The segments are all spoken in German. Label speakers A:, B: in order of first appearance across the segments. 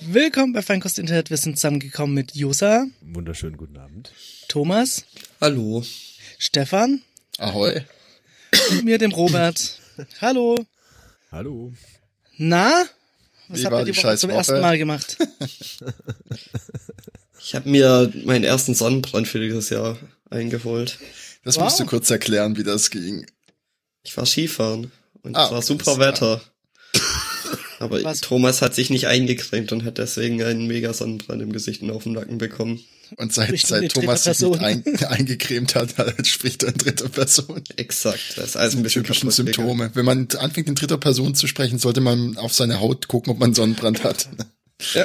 A: Willkommen bei Feinkost Internet. Wir sind zusammengekommen mit Josa,
B: Wunderschönen guten Abend.
A: Thomas,
C: Hallo.
A: Stefan
C: Ahoi.
A: und mir, dem Robert. Hallo.
B: Hallo.
A: Na? Was
C: Wie
A: habt
C: war
A: ihr die
C: die
A: Woche zum
C: Scheißwoche?
A: ersten Mal gemacht?
D: Ich habe mir meinen ersten Sonnenbrand für dieses Jahr eingeholt.
C: Das
A: Wow.
C: musst du kurz erklären, wie das ging.
D: Ich war Skifahren und
C: Ah,
D: es war
C: okay,
D: super
C: das-
D: Wetter. Aber
A: Was?
D: Thomas hat sich nicht eingecremt und hat deswegen einen mega Sonnenbrand im Gesicht und auf dem Nacken bekommen.
C: Und seit,
A: Ich bin die
C: seit
A: dritte
C: Thomas sich nicht
A: Person.
C: ein, eingecremt hat, halt spricht er in dritter Person.
D: Exakt, das ist alles ein bisschen
C: Typischen
D: kaputt
C: Symptome. Wenn man anfängt, in dritter Person zu sprechen, sollte man auf seine Haut gucken, ob man Sonnenbrand hat.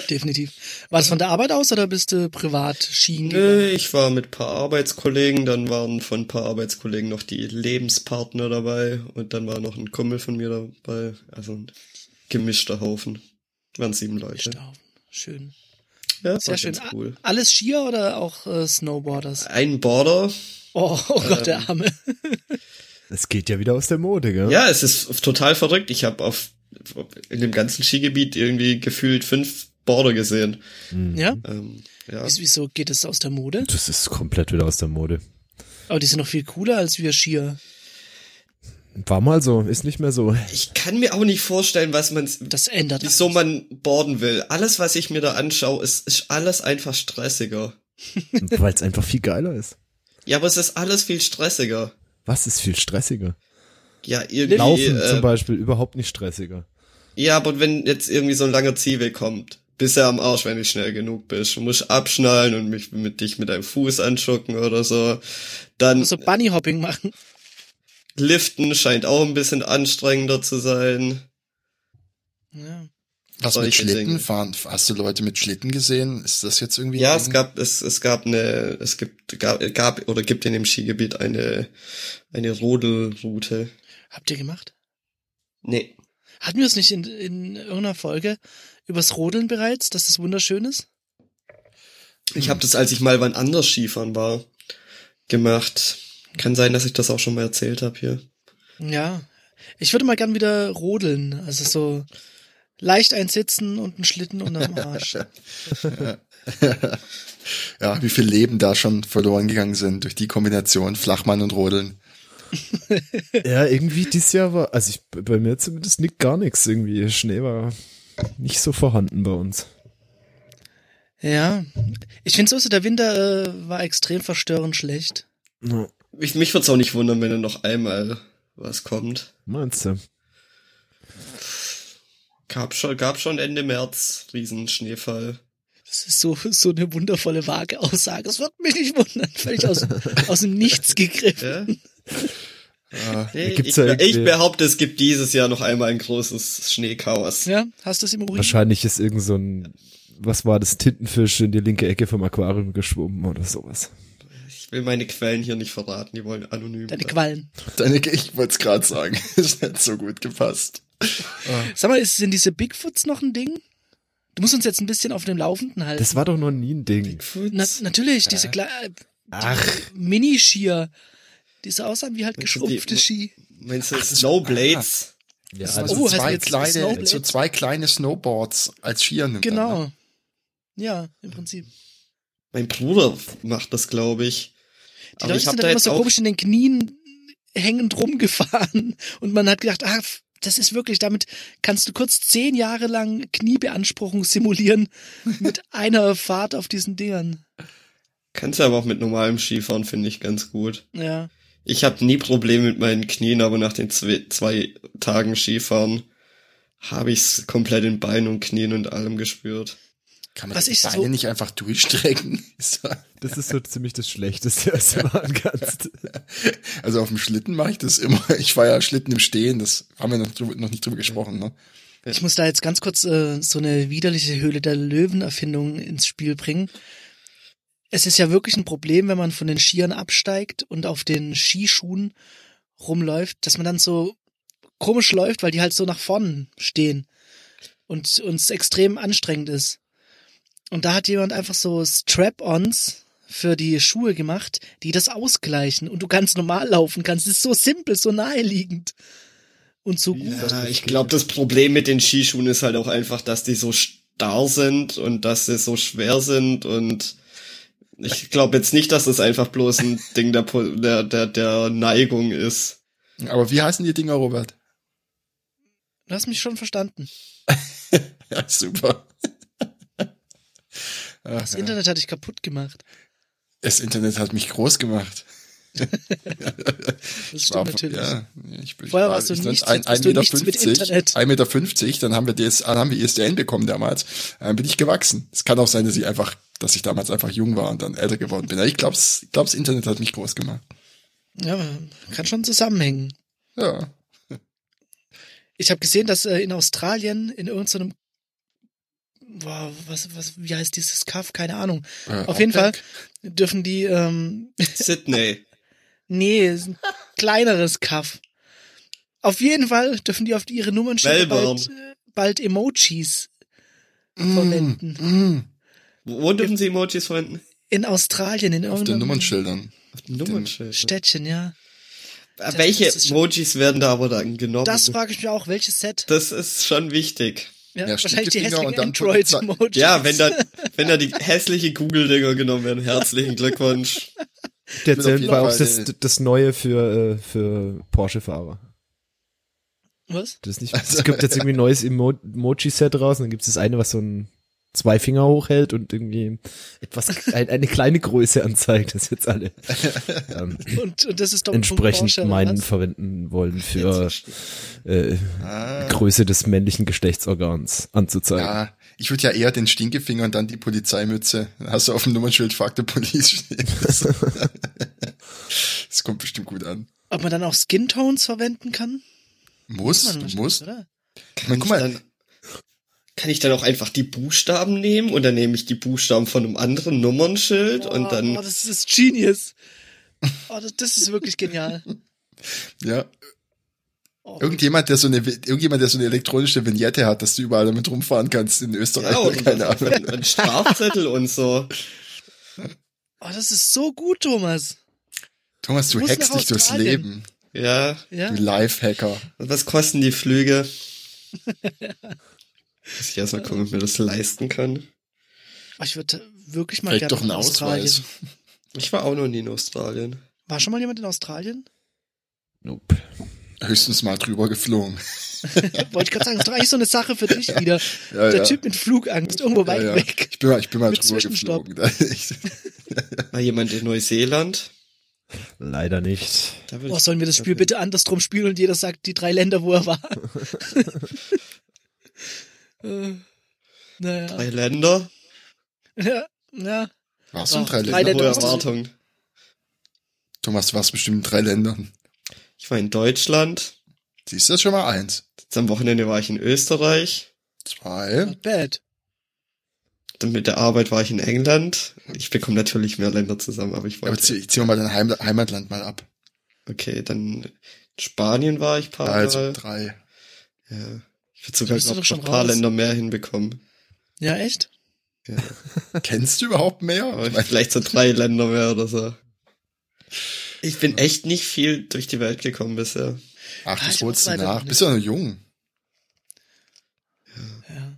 A: Definitiv. War das von der Arbeit aus oder bist du privat Schienen?
D: gegangen.
A: gegangen?
D: Nö, ich war mit ein paar Arbeitskollegen, dann waren von ein paar Arbeitskollegen noch die Lebenspartner dabei und dann war noch ein Kumpel von mir dabei. Also ein gemischter Haufen. Waren sieben Leute.
A: Stau. Schön.
D: Ja,
A: Sehr
D: war
A: schön.
D: ganz cool.
A: A- Alles Skier oder auch äh, Snowboarders?
D: Ein Border,
A: Oh, oh Gott, der Arme.
B: Es geht ja wieder aus der Mode, gell?
D: Ja, es ist total verrückt. Ich habe auf in dem ganzen Skigebiet irgendwie gefühlt fünf Border gesehen.
B: Mhm.
A: Ja?
D: Ähm, ja.
A: Wieso- Wieso geht es aus der Mode?
B: Das ist komplett wieder aus der Mode.
A: Aber die sind noch viel cooler als wir Skier.
B: War mal so, ist nicht mehr so.
D: Ich kann mir auch nicht vorstellen, was man,
A: Das ändert
D: wieso
A: alles.
D: man borden will. Alles, was ich mir da anschaue, ist, ist alles einfach stressiger.
B: Weil es einfach viel geiler ist.
D: Ja, aber es ist alles viel stressiger.
B: Was ist viel stressiger?
D: Ja, irgendwie.
B: Laufen
D: äh,
B: zum Beispiel überhaupt nicht stressiger.
D: Ja, aber wenn jetzt irgendwie so ein langer Ziehweg kommt, bist du am Arsch, wenn du schnell genug bist. Du musst abschnallen und mich mit dich mit deinem Fuß anschucken oder so. Dann
A: So Also Bunnyhopping machen.
D: Liften scheint auch ein bisschen anstrengender zu sein.
A: Ja.
C: Was
D: Solche
C: mit Schlitten
D: Dinge.
C: fahren? Hast du Leute mit Schlitten gesehen? Ist das jetzt irgendwie?
D: Ja,
C: ein
D: es
C: Ding?
D: gab es es gab eine es gibt gab, gab oder gibt in dem Skigebiet eine eine Rodelroute.
A: Habt ihr gemacht?
D: Nee.
A: Hatten wir es nicht in, in irgendeiner Folge übers Rodeln bereits, dass das wunderschön ist?
D: Ich
B: Hm.
D: habe das, als ich mal wann anders Skifahren war, gemacht. Kann sein, dass ich das auch schon mal erzählt habe hier.
A: Ja. Ich würde mal gern wieder rodeln. Also so leicht einsitzen und einen Schlitten unterm Arsch.
C: Ja, wie viel Leben da schon verloren gegangen sind durch die Kombination Flachmann und Rodeln.
B: Ja, irgendwie dieses Jahr war, also ich, bei mir zumindest nicht gar nichts irgendwie. Schnee war nicht so vorhanden bei uns.
A: ja. Ich finde so, der Winter äh, war extrem verstörend schlecht.
D: Ich, mich würde es auch nicht wundern, wenn da noch einmal was kommt.
B: Meinst du?
D: Gab schon, gab schon Ende März Riesenschneefall.
A: Das ist so, so eine wundervolle, vage Aussage. Es wird mich nicht wundern. Völlig aus, aus dem Nichts gegriffen.
D: Ja?
C: Äh,
D: Nee,
B: Gibt's
D: ich,
B: Ah, da irgendwie-
D: ich behaupte, es gibt dieses Jahr noch einmal ein großes Schneechaos.
A: Ja, hast du es im Urin?
B: Wahrscheinlich ist irgend so ein, was war das, Tintenfisch in die linke Ecke vom Aquarium geschwommen oder sowas.
D: Ich will meine Quellen hier nicht verraten, die wollen anonym. Äh,
A: Deine
D: bleiben.
A: Quallen.
C: Deine, ich wollte es gerade sagen. Das hat so gut gepasst.
A: Sag mal, ist, sind diese Bigfoots noch ein Ding? Du musst uns jetzt ein bisschen auf dem Laufenden halten.
B: Das war doch noch nie ein Ding.
A: Na,
D: Bigfoots?
A: natürlich, diese äh, kleinen Mini-Skier. Die so aussahen wie halt
D: Und die- ne?
A: geschrumpfte Ski.
D: Meinst du Snowblades?
B: Ja,
C: Das waren
A: also-
C: so
A: Oh, heißt
C: zwei
A: jetzt
C: kleine,
A: Snowblade?
C: so zwei kleine Snowboards als Skier nimmt ne?
A: Genau. Ja, im Prinzip.
D: Mein Bruder macht das, glaube ich.
A: Die
D: Aber
A: Leute
D: ich habe
A: sind
D: da
A: dann immer
D: jetzt
A: so
D: auch,
A: komisch in den Knien hängend rumgefahren. Und man hat gedacht, ah, f- das ist wirklich, damit kannst du kurz zehn Jahre lang Kniebeanspruchung simulieren mit einer Fahrt auf diesen Dingern.
D: kannst du aber auch mit normalem Skifahren, finde ich ganz gut.
A: Ja.
D: Ich habe nie Probleme mit meinen Knien, aber nach den zwei, zwei Tagen Skifahren habe ich's komplett in Beinen und Knien und allem gespürt.
C: Dann. Kann man
A: Was
C: die
A: ich
C: Beine
A: so-
C: nicht einfach durchstrecken?
B: Das ist so ziemlich das Schlechteste, was du machen kannst.
C: Also auf dem Schlitten mache ich das immer. Ich war ja Schlitten im Stehen, das haben wir noch, drüber, noch nicht drüber gesprochen. Ne?
A: Ich muss da jetzt ganz kurz äh, so eine widerliche Höhle der Löwen-Erfindung ins Spiel bringen. Es ist ja wirklich ein Problem, wenn man von den Skiern absteigt und auf den Skischuhen rumläuft, dass man dann so komisch läuft, weil die halt so nach vorn stehen und uns extrem anstrengend ist. Und da hat jemand einfach so Strap-ons für die Schuhe gemacht, die das ausgleichen und du ganz normal laufen kannst. Es ist so simpel, so naheliegend und so gut.
D: Ja, ich glaube, das Problem mit den Skischuhen ist halt auch einfach, dass die so sch- starr sind und dass sie so schwer sind und ich glaube jetzt nicht, dass es das einfach bloß ein Ding der, Po- der, der, der Neigung ist.
C: Aber wie heißen die Dinger, Robert?
A: Du hast mich schon verstanden.
C: Ja, super. Ach,
A: Das
C: ja.
A: Internet hat dich kaputt gemacht.
C: Das Internet hat mich groß gemacht.
A: Das stimmt natürlich.
C: Ja, ich bin,
A: Vorher warst du
C: ich-
A: nichts,
C: ein,
A: jetzt bist du nichts mit
C: 1,50
A: Internet.
C: 1,50 Meter, dann haben wir DS, dann haben wir E ISDN bekommen damals, dann bin ich gewachsen. Es kann auch sein, dass ich einfach, dass ich damals einfach jung war und dann älter geworden bin. Aber Ich glaube, ich glaub, das Internet hat mich groß gemacht.
A: Ja, aber kann schon zusammenhängen.
C: Ja.
A: Ich habe gesehen, dass äh, in Australien in irgendeinem Boah, was, was, wie heißt dieses Kaff? Keine Ahnung.
C: Äh,
A: Auf jeden Fall
C: Outback?
A: dürfen die, ähm,
D: Sydney.
A: nee, ist ein kleineres Kaff. Auf jeden Fall dürfen die auf ihre Nummernschilder bald, äh, bald Emojis verwenden.
C: Mm,
D: Wo wo dürfen sie Emojis verwenden?
A: In Australien, in
C: auf
A: irgendeinem
C: den Nummernschildern.
D: Auf den Nummernschildern.
A: Städtchen, ja.
D: Äh, Welche
A: das ist schon-
D: Emojis werden da aber dann genommen?
A: Das frage ich mich auch, welches Set?
D: das ist schon wichtig.
A: Ja,
C: Ja, stimmt,
A: wahrscheinlich die
C: die Dinger
A: hässlichen
C: und dann Polizei.
A: Android-Emojis.
D: Ja, wenn da, wenn da die hässliche Google-Dinger genommen werden, herzlichen Glückwunsch.
B: Der
C: bin auf
B: zählt
C: jeden
B: war auch
C: Fall
B: das,
C: der-
B: das Neue für, äh, für Porsche-Fahrer.
A: Was?
B: Das ist nicht, es gibt jetzt irgendwie ein neues Emo- Emoji-Set raus und dann gibt es das eine, was so ein zwei Finger hochhält und irgendwie etwas, ein, eine kleine Größe anzeigt, das jetzt alle ähm,
A: Und, und das ist doch
B: entsprechend
A: Porsche, oder
B: meinen
A: was?
B: verwenden wollen für äh,
C: Ah.
B: Größe des männlichen Geschlechtsorgans anzuzeigen.
C: Ja, ich würde ja eher den Stinkefinger und dann die Polizeimütze. Dann hast du auf dem Nummernschild Fuck the Police stehen. Das, das kommt bestimmt gut an.
A: Ob man dann auch Skintones verwenden kann?
C: Muss,
A: Man
C: du
A: wahrscheinlich,
C: musst.
A: Oder?
C: Ich meine, guck
D: Ich
C: mal,
D: dann, kann ich dann auch einfach die Buchstaben nehmen und dann nehme ich die Buchstaben von einem anderen Nummernschild
A: Oh,
D: und
A: oh,
D: dann
A: das ist genius. Oh, das, das ist wirklich genial.
C: ja,
A: Oh,
C: irgendjemand, der so eine, irgendjemand, der so eine elektronische Vignette hat, dass du überall damit rumfahren kannst in Österreich.
D: ja,
A: Genau,
D: und
C: Keine Ahnung.
D: ein, ein Strafzettel und so.
A: oh, das ist so gut, Thomas.
C: Thomas, du
A: Muss
C: hackst
A: nach
C: dich durchs
A: Australien.
C: Leben.
D: Ja.
A: Ja,
C: Du Lifehacker.
D: Was kosten die Flüge? Muss ich erstmal gucken, ob ich mir das leisten kann.
A: Oh, ich würde wirklich mal
C: Vielleicht
A: gerne
C: doch einen
A: nach Australien.
C: Ausweis.
D: Ich war auch noch nie in Australien.
A: War schon mal jemand in Australien?
B: Nope.
C: Höchstens mal drüber geflogen.
A: Wollte ich gerade sagen, ist doch eigentlich so eine Sache für dich wieder.
C: Ja,
A: Der
C: ja.
A: Typ mit Flugangst, irgendwo weit
C: ja.
A: weg.
C: Ich bin mal, ich bin mal
A: Mit
C: drüber
A: Zwischenstopp.
C: geflogen.
D: War jemand in Neuseeland?
B: Leider nicht.
D: Da will
A: Boah,
D: ich-
A: Oh, sollen wir das
D: da
A: Spiel
D: will-
A: bitte andersrum spielen und jeder sagt die drei Länder, wo er war? äh, naja.
D: Drei Länder?
A: Ja, ja.
C: Warst du in
A: Ach,
C: drei
A: drei
C: Ländern?
A: der
D: Hohe
A: Durst-
D: Erwartung.
C: Thomas, du warst bestimmt in drei Ländern.
D: Ich war in Deutschland.
C: Siehst du das schon mal? Eins,
D: Jetzt am Wochenende war ich in Österreich.
C: zwei.
A: Not bad.
D: Dann mit der Arbeit war ich in England. Ich bekomme natürlich mehr Länder zusammen, aber ich
C: Aber
D: wollte.
C: zieh, zieh mal dein Heim, Heimatland mal ab.
D: Okay, dann in Spanien war ich ein paar
C: Also
D: Mal.
C: drei.
D: Ja. Ich würde sogar
A: bist du
D: glaub,
A: doch schon
D: noch ein paar
A: raus.
D: Länder mehr hinbekommen.
A: Ja, echt?
C: Kennst du überhaupt mehr?
D: Aber
C: Ich mein,
D: vielleicht so drei Länder mehr oder so. Ich bin echt nicht viel durch die Welt gekommen bisher.
A: Ah,
C: ach,
A: ich
C: das holst du
A: weiß leider
C: nach.
A: noch
C: Bist du noch jung?
A: Ja.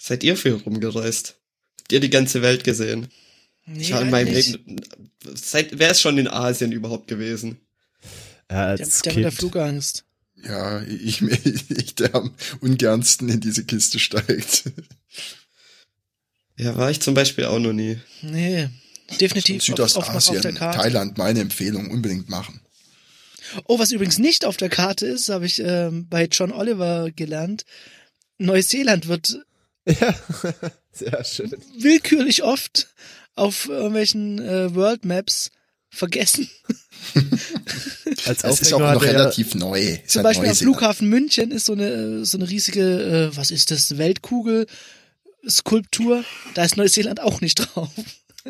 D: Seid ihr viel rumgereist? Habt ihr die ganze Welt gesehen?
A: Nee,
D: ich war in meinem
A: eigentlich.
D: Leben. Seit, wer ist schon in Asien überhaupt gewesen?
B: Ja,
A: Der,
B: als
A: der mit der
B: Kind.
A: Flugangst.
C: Ja, ich, ich der am ungernsten in diese Kiste steigt.
D: Ja, war ich zum Beispiel auch noch nie.
A: Nee. Definitiv auf, auf, noch auf der
C: Südostasien,
A: Karte.
C: Thailand, meine Empfehlung, unbedingt machen.
A: Oh, was übrigens nicht auf der Karte ist, habe ich ähm, bei John Oliver gelernt. Neuseeland wird
B: Ja, sehr schön.
A: willkürlich oft auf irgendwelchen äh, World Maps vergessen.
B: Als
C: Das ist auch
B: Aufhänger
C: noch
B: hat er-
C: relativ neu. Ist
A: Zum
C: halt
A: Beispiel am
C: Neuseeland.
A: Flughafen München ist so eine, so eine riesige, äh, was ist das, Weltkugel-Skulptur. Da ist Neuseeland auch nicht drauf.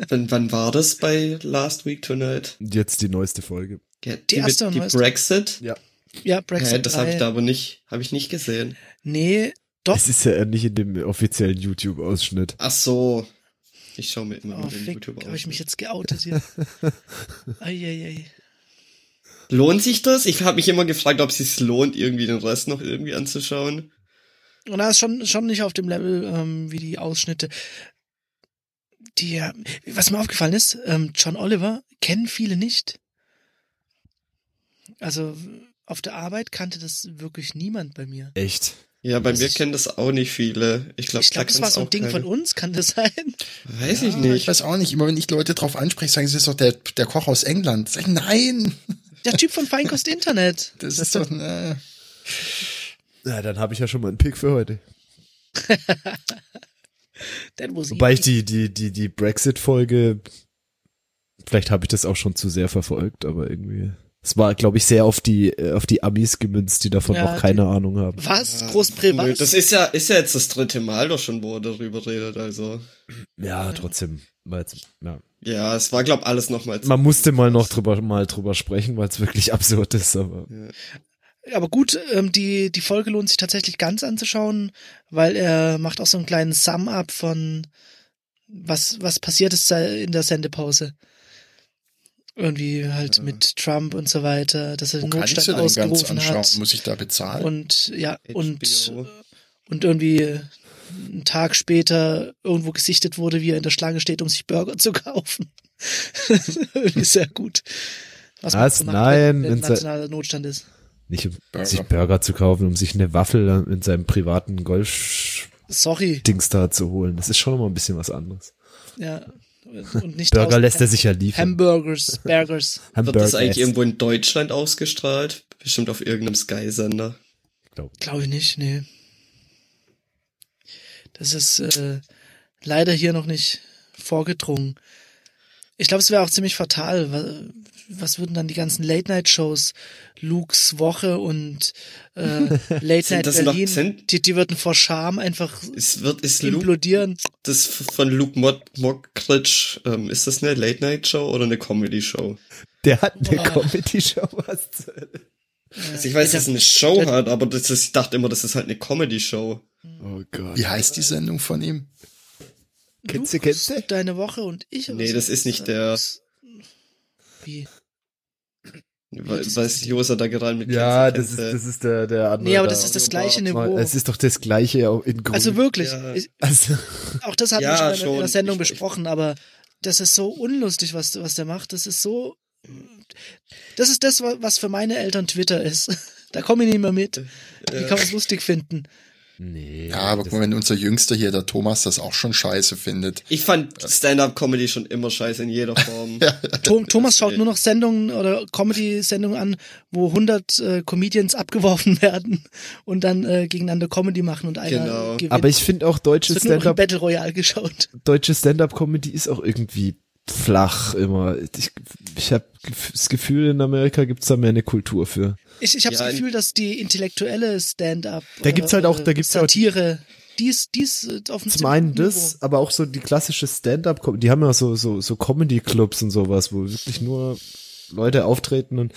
D: Wann, wann war das bei Last Week Tonight?
B: Jetzt die neueste Folge.
D: Ja, die,
A: erste
D: mit,
A: und
D: die
A: neueste.
D: Brexit?
B: Ja.
A: Ja,
D: Hä,
A: Brexit.
D: das habe ich
A: 3.
D: da aber nicht, habe ich nicht gesehen.
A: Nee, doch.
B: Es ist ja nicht in dem offiziellen YouTube-Ausschnitt.
D: Ach so. Ich schaue mir immer
A: Oh,
D: nur den
A: fick,
D: YouTube
A: habe ich
D: aus.
A: mich jetzt geoutet hier. Eieiei.
D: Lohnt sich das? Ich habe mich immer gefragt, ob es sich lohnt, irgendwie den Rest noch irgendwie anzuschauen.
A: Und da ist schon, schon nicht auf dem Level, ähm, wie die Ausschnitte. Die, ja- was mir aufgefallen ist, ähm, John Oliver kennen viele nicht. Also auf der Arbeit kannte das wirklich niemand bei mir.
B: Echt.
D: Ja, bei
A: Das
D: mir
A: ist-
D: kennen das auch nicht viele. Ich glaube,
A: Ich glaube, das war so ein Ding von uns, kann das sein?
D: Weiß ich
C: Ja, Ich
D: nicht.
C: weiß auch nicht. Immer wenn ich Leute drauf anspreche, sagen sie, das ist doch der, der Koch aus England. Sag ich, nein,
A: Der Typ von Feinkost Internet.
C: das ist doch, äh,
B: Ja, dann habe ich ja schon mal einen Pick für heute.
A: That was
B: Wobei ich
A: easy.
B: die, die, die, die Brexit-Folge, vielleicht habe ich das auch schon zu sehr verfolgt, aber irgendwie. Es war, glaube ich, sehr auf die, äh, auf die Amis gemünzt, die davon
A: Ja,
B: auch keine Ahnung haben.
A: Was? Großprä
D: Nö,
A: was?
D: das ist ja, ist ja jetzt das dritte Mal doch schon, wo er darüber redet, also.
B: Ja, trotzdem. Weil jetzt- ja.
D: Ja, es war, glaube alles nochmal.
B: Man musste mal noch drüber, mal drüber sprechen, weil es wirklich absurd ist, aber.
A: Aber gut, ähm, die, die Folge lohnt sich tatsächlich ganz anzuschauen, weil er macht auch so einen kleinen Sum-Up von was, was passiert ist sei- in der Sendepause. Irgendwie halt
C: Ja.
A: mit Trump und so weiter, dass er
C: wo
A: den
C: kann ich sie
A: Notstand
C: denn ganz
A: ausgerufen
C: anschauen?
A: hat.
C: Muss ich da bezahlen?
A: Und ja, und, äh,
D: HBO.
A: und irgendwie äh, einen Tag später irgendwo gesichtet wurde, wie er in der Schlange steht, um sich Burger zu kaufen. irgendwie sehr gut. man
B: Was?
A: so macht, wenn-
B: Nein,
A: wenn
B: in se-
A: nationaler Notstand ist.
B: Nicht um
C: Burger.
B: sich Burger zu kaufen, um sich eine Waffel in seinem privaten Golf-Dings
A: Sorry.
B: da zu holen. Das ist schon mal ein bisschen was anderes.
A: Ja. Und nicht
B: Burger
A: draußen
B: lässt er sich ja liefern.
A: Hamburgers, Burgers.
D: Wird das eigentlich
B: essen.
D: irgendwo in Deutschland ausgestrahlt? Bestimmt auf irgendeinem Sky-Sender.
B: Glaub-
A: Glaube ich nicht, nee. Das ist äh, leider hier noch nicht vorgedrungen. Ich glaube, es wäre auch ziemlich fatal. wa- Was würden dann die ganzen Late-Night-Shows, Luke's Woche und äh, Late Night
D: das noch-
A: Berlin,
D: sind-
A: die, die würden vor Scham einfach
D: Es wird, ist Luke,
A: implodieren.
D: das von Luke Mod Mockridge, ähm, ist das eine Late-Night-Show oder eine Comedy-Show?
B: Der hat eine
A: Boah.
B: Comedy-Show. Was zur Hölle?
D: Also ich weiß, dass es eine Show hat, aber das ist, ich dachte immer, das ist halt eine Comedy-Show.
B: Oh Gott.
C: Wie heißt die Sendung von ihm?
B: Kennst du,
A: Luke's,
B: kennst du?
A: Deine Woche und ich. oder
D: Nee,
A: so?
D: das ist nicht der-
A: Wie?
D: We- Weiß Josa da gerade mit äh.
B: Ja,
D: Cancel
B: das ist,
D: Cancel.
B: das ist der, der andere.
A: Nee, aber
B: da.
A: das ist das gleiche Niveau.
B: Es ist doch das gleiche auch in Grund.
A: Also wirklich,
D: Ja.
A: ich-
B: Also,
A: auch das hatten
D: Ja,
A: wir schon in der- in
D: schon.
A: der Sendung
D: Ich- ich-
A: besprochen, aber das ist so unlustig, was, was der macht. Das ist so. Das ist das, wa- was für meine Eltern Twitter ist. Da komme ich nicht mehr
D: Äh,
A: mit. Die kann man es lustig finden.
B: nee.
C: Ja, aber guck mal, wenn unser Jüngster hier, der Thomas, das auch schon scheiße findet.
D: Ich fand Stand-Up-Comedy schon immer scheiße in jeder Form.
A: Tom, Thomas
D: Äh.
A: schaut nur noch Sendungen oder Comedy-Sendungen an, wo 100 äh, Comedians abgeworfen werden und dann äh, gegeneinander Comedy machen und einer
D: Genau.
A: gewinnt.
B: aber ich finde auch
A: es
B: deutsche
A: wird nur noch im
B: Stand-up,
A: Battle Royale geschaut.
B: deutsche Stand-up-Comedy ist auch irgendwie flach immer. Ich, ich habe das Gefühl, in Amerika gibt's da mehr eine Kultur für.
A: Ich, ich habe
D: Ja,
A: das Gefühl, dass die intellektuelle Stand-up,
B: Da gibt's halt auch-
A: äh,
B: da gibt's ja auch-
A: Satire, dies, dies auf dem
B: Zum einen
A: ziemlich
B: das, aber auch so die klassische Stand-up-Comedy. Die haben ja so, so, so Comedy-Clubs und sowas, wo wirklich nur Leute auftreten und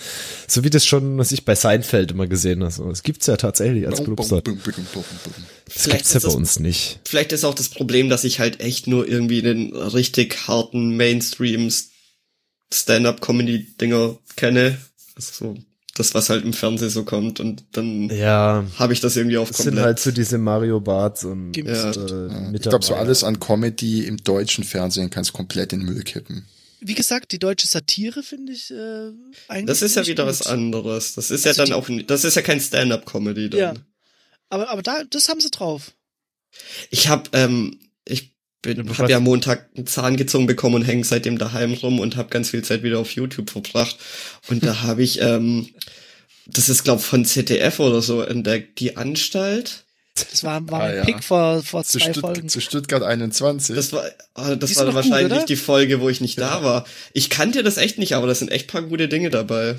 B: so wie das schon, was ich bei Seinfeld immer gesehen habe. So, Das gibt's ja tatsächlich als Clubs dort.
C: Bum, bum, bum, bum, bum, bum.
B: Das gibt's ja
D: ist
B: bei
D: das,
B: uns nicht.
D: vielleicht ist auch das Problem, dass ich halt echt nur irgendwie den richtig harten Mainstream Stand-Up-Comedy-Dinger kenne. Also so das, was halt im Fernsehen so kommt und dann
B: Ja,
D: habe ich das irgendwie auf
B: das sind
D: komplett.
B: halt so diese Mario Barts und
A: Gibt's.
B: äh,
C: Ich
B: Mittermeier.
C: glaube, so alles an Comedy im deutschen Fernsehen kannst komplett in den Müll kippen.
A: wie gesagt, die deutsche Satire finde ich äh, eigentlich.
D: das ist ja
A: nicht
D: wieder
A: gut.
D: was anderes. Das ist
A: Also
D: ja
A: die-
D: dann auch, das ist ja kein Stand-Up-Comedy dann.
A: Ja. Aber, aber da, das haben sie drauf.
D: Ich habe ähm, ich bin,
B: Ja,
D: hab ja Montag einen Zahn gezogen bekommen und hänge seitdem daheim rum und habe ganz viel Zeit wieder auf YouTube verbracht. Und da habe ich, ähm, das ist glaube von ZDF oder so entdeckt, die Anstalt.
A: Das war, war
C: Ah,
A: mein
C: ja.
A: Pick vor, vor
C: Zu,
A: zwei Folgen.
C: Stutt zu Stuttgart 21.
D: Das war, ah, das
A: ist
D: war
A: noch gut,
D: wahrscheinlich
A: oder?
D: die Folge, wo ich nicht da war. Ich kannte das echt nicht, aber da sind echt paar gute Dinge dabei.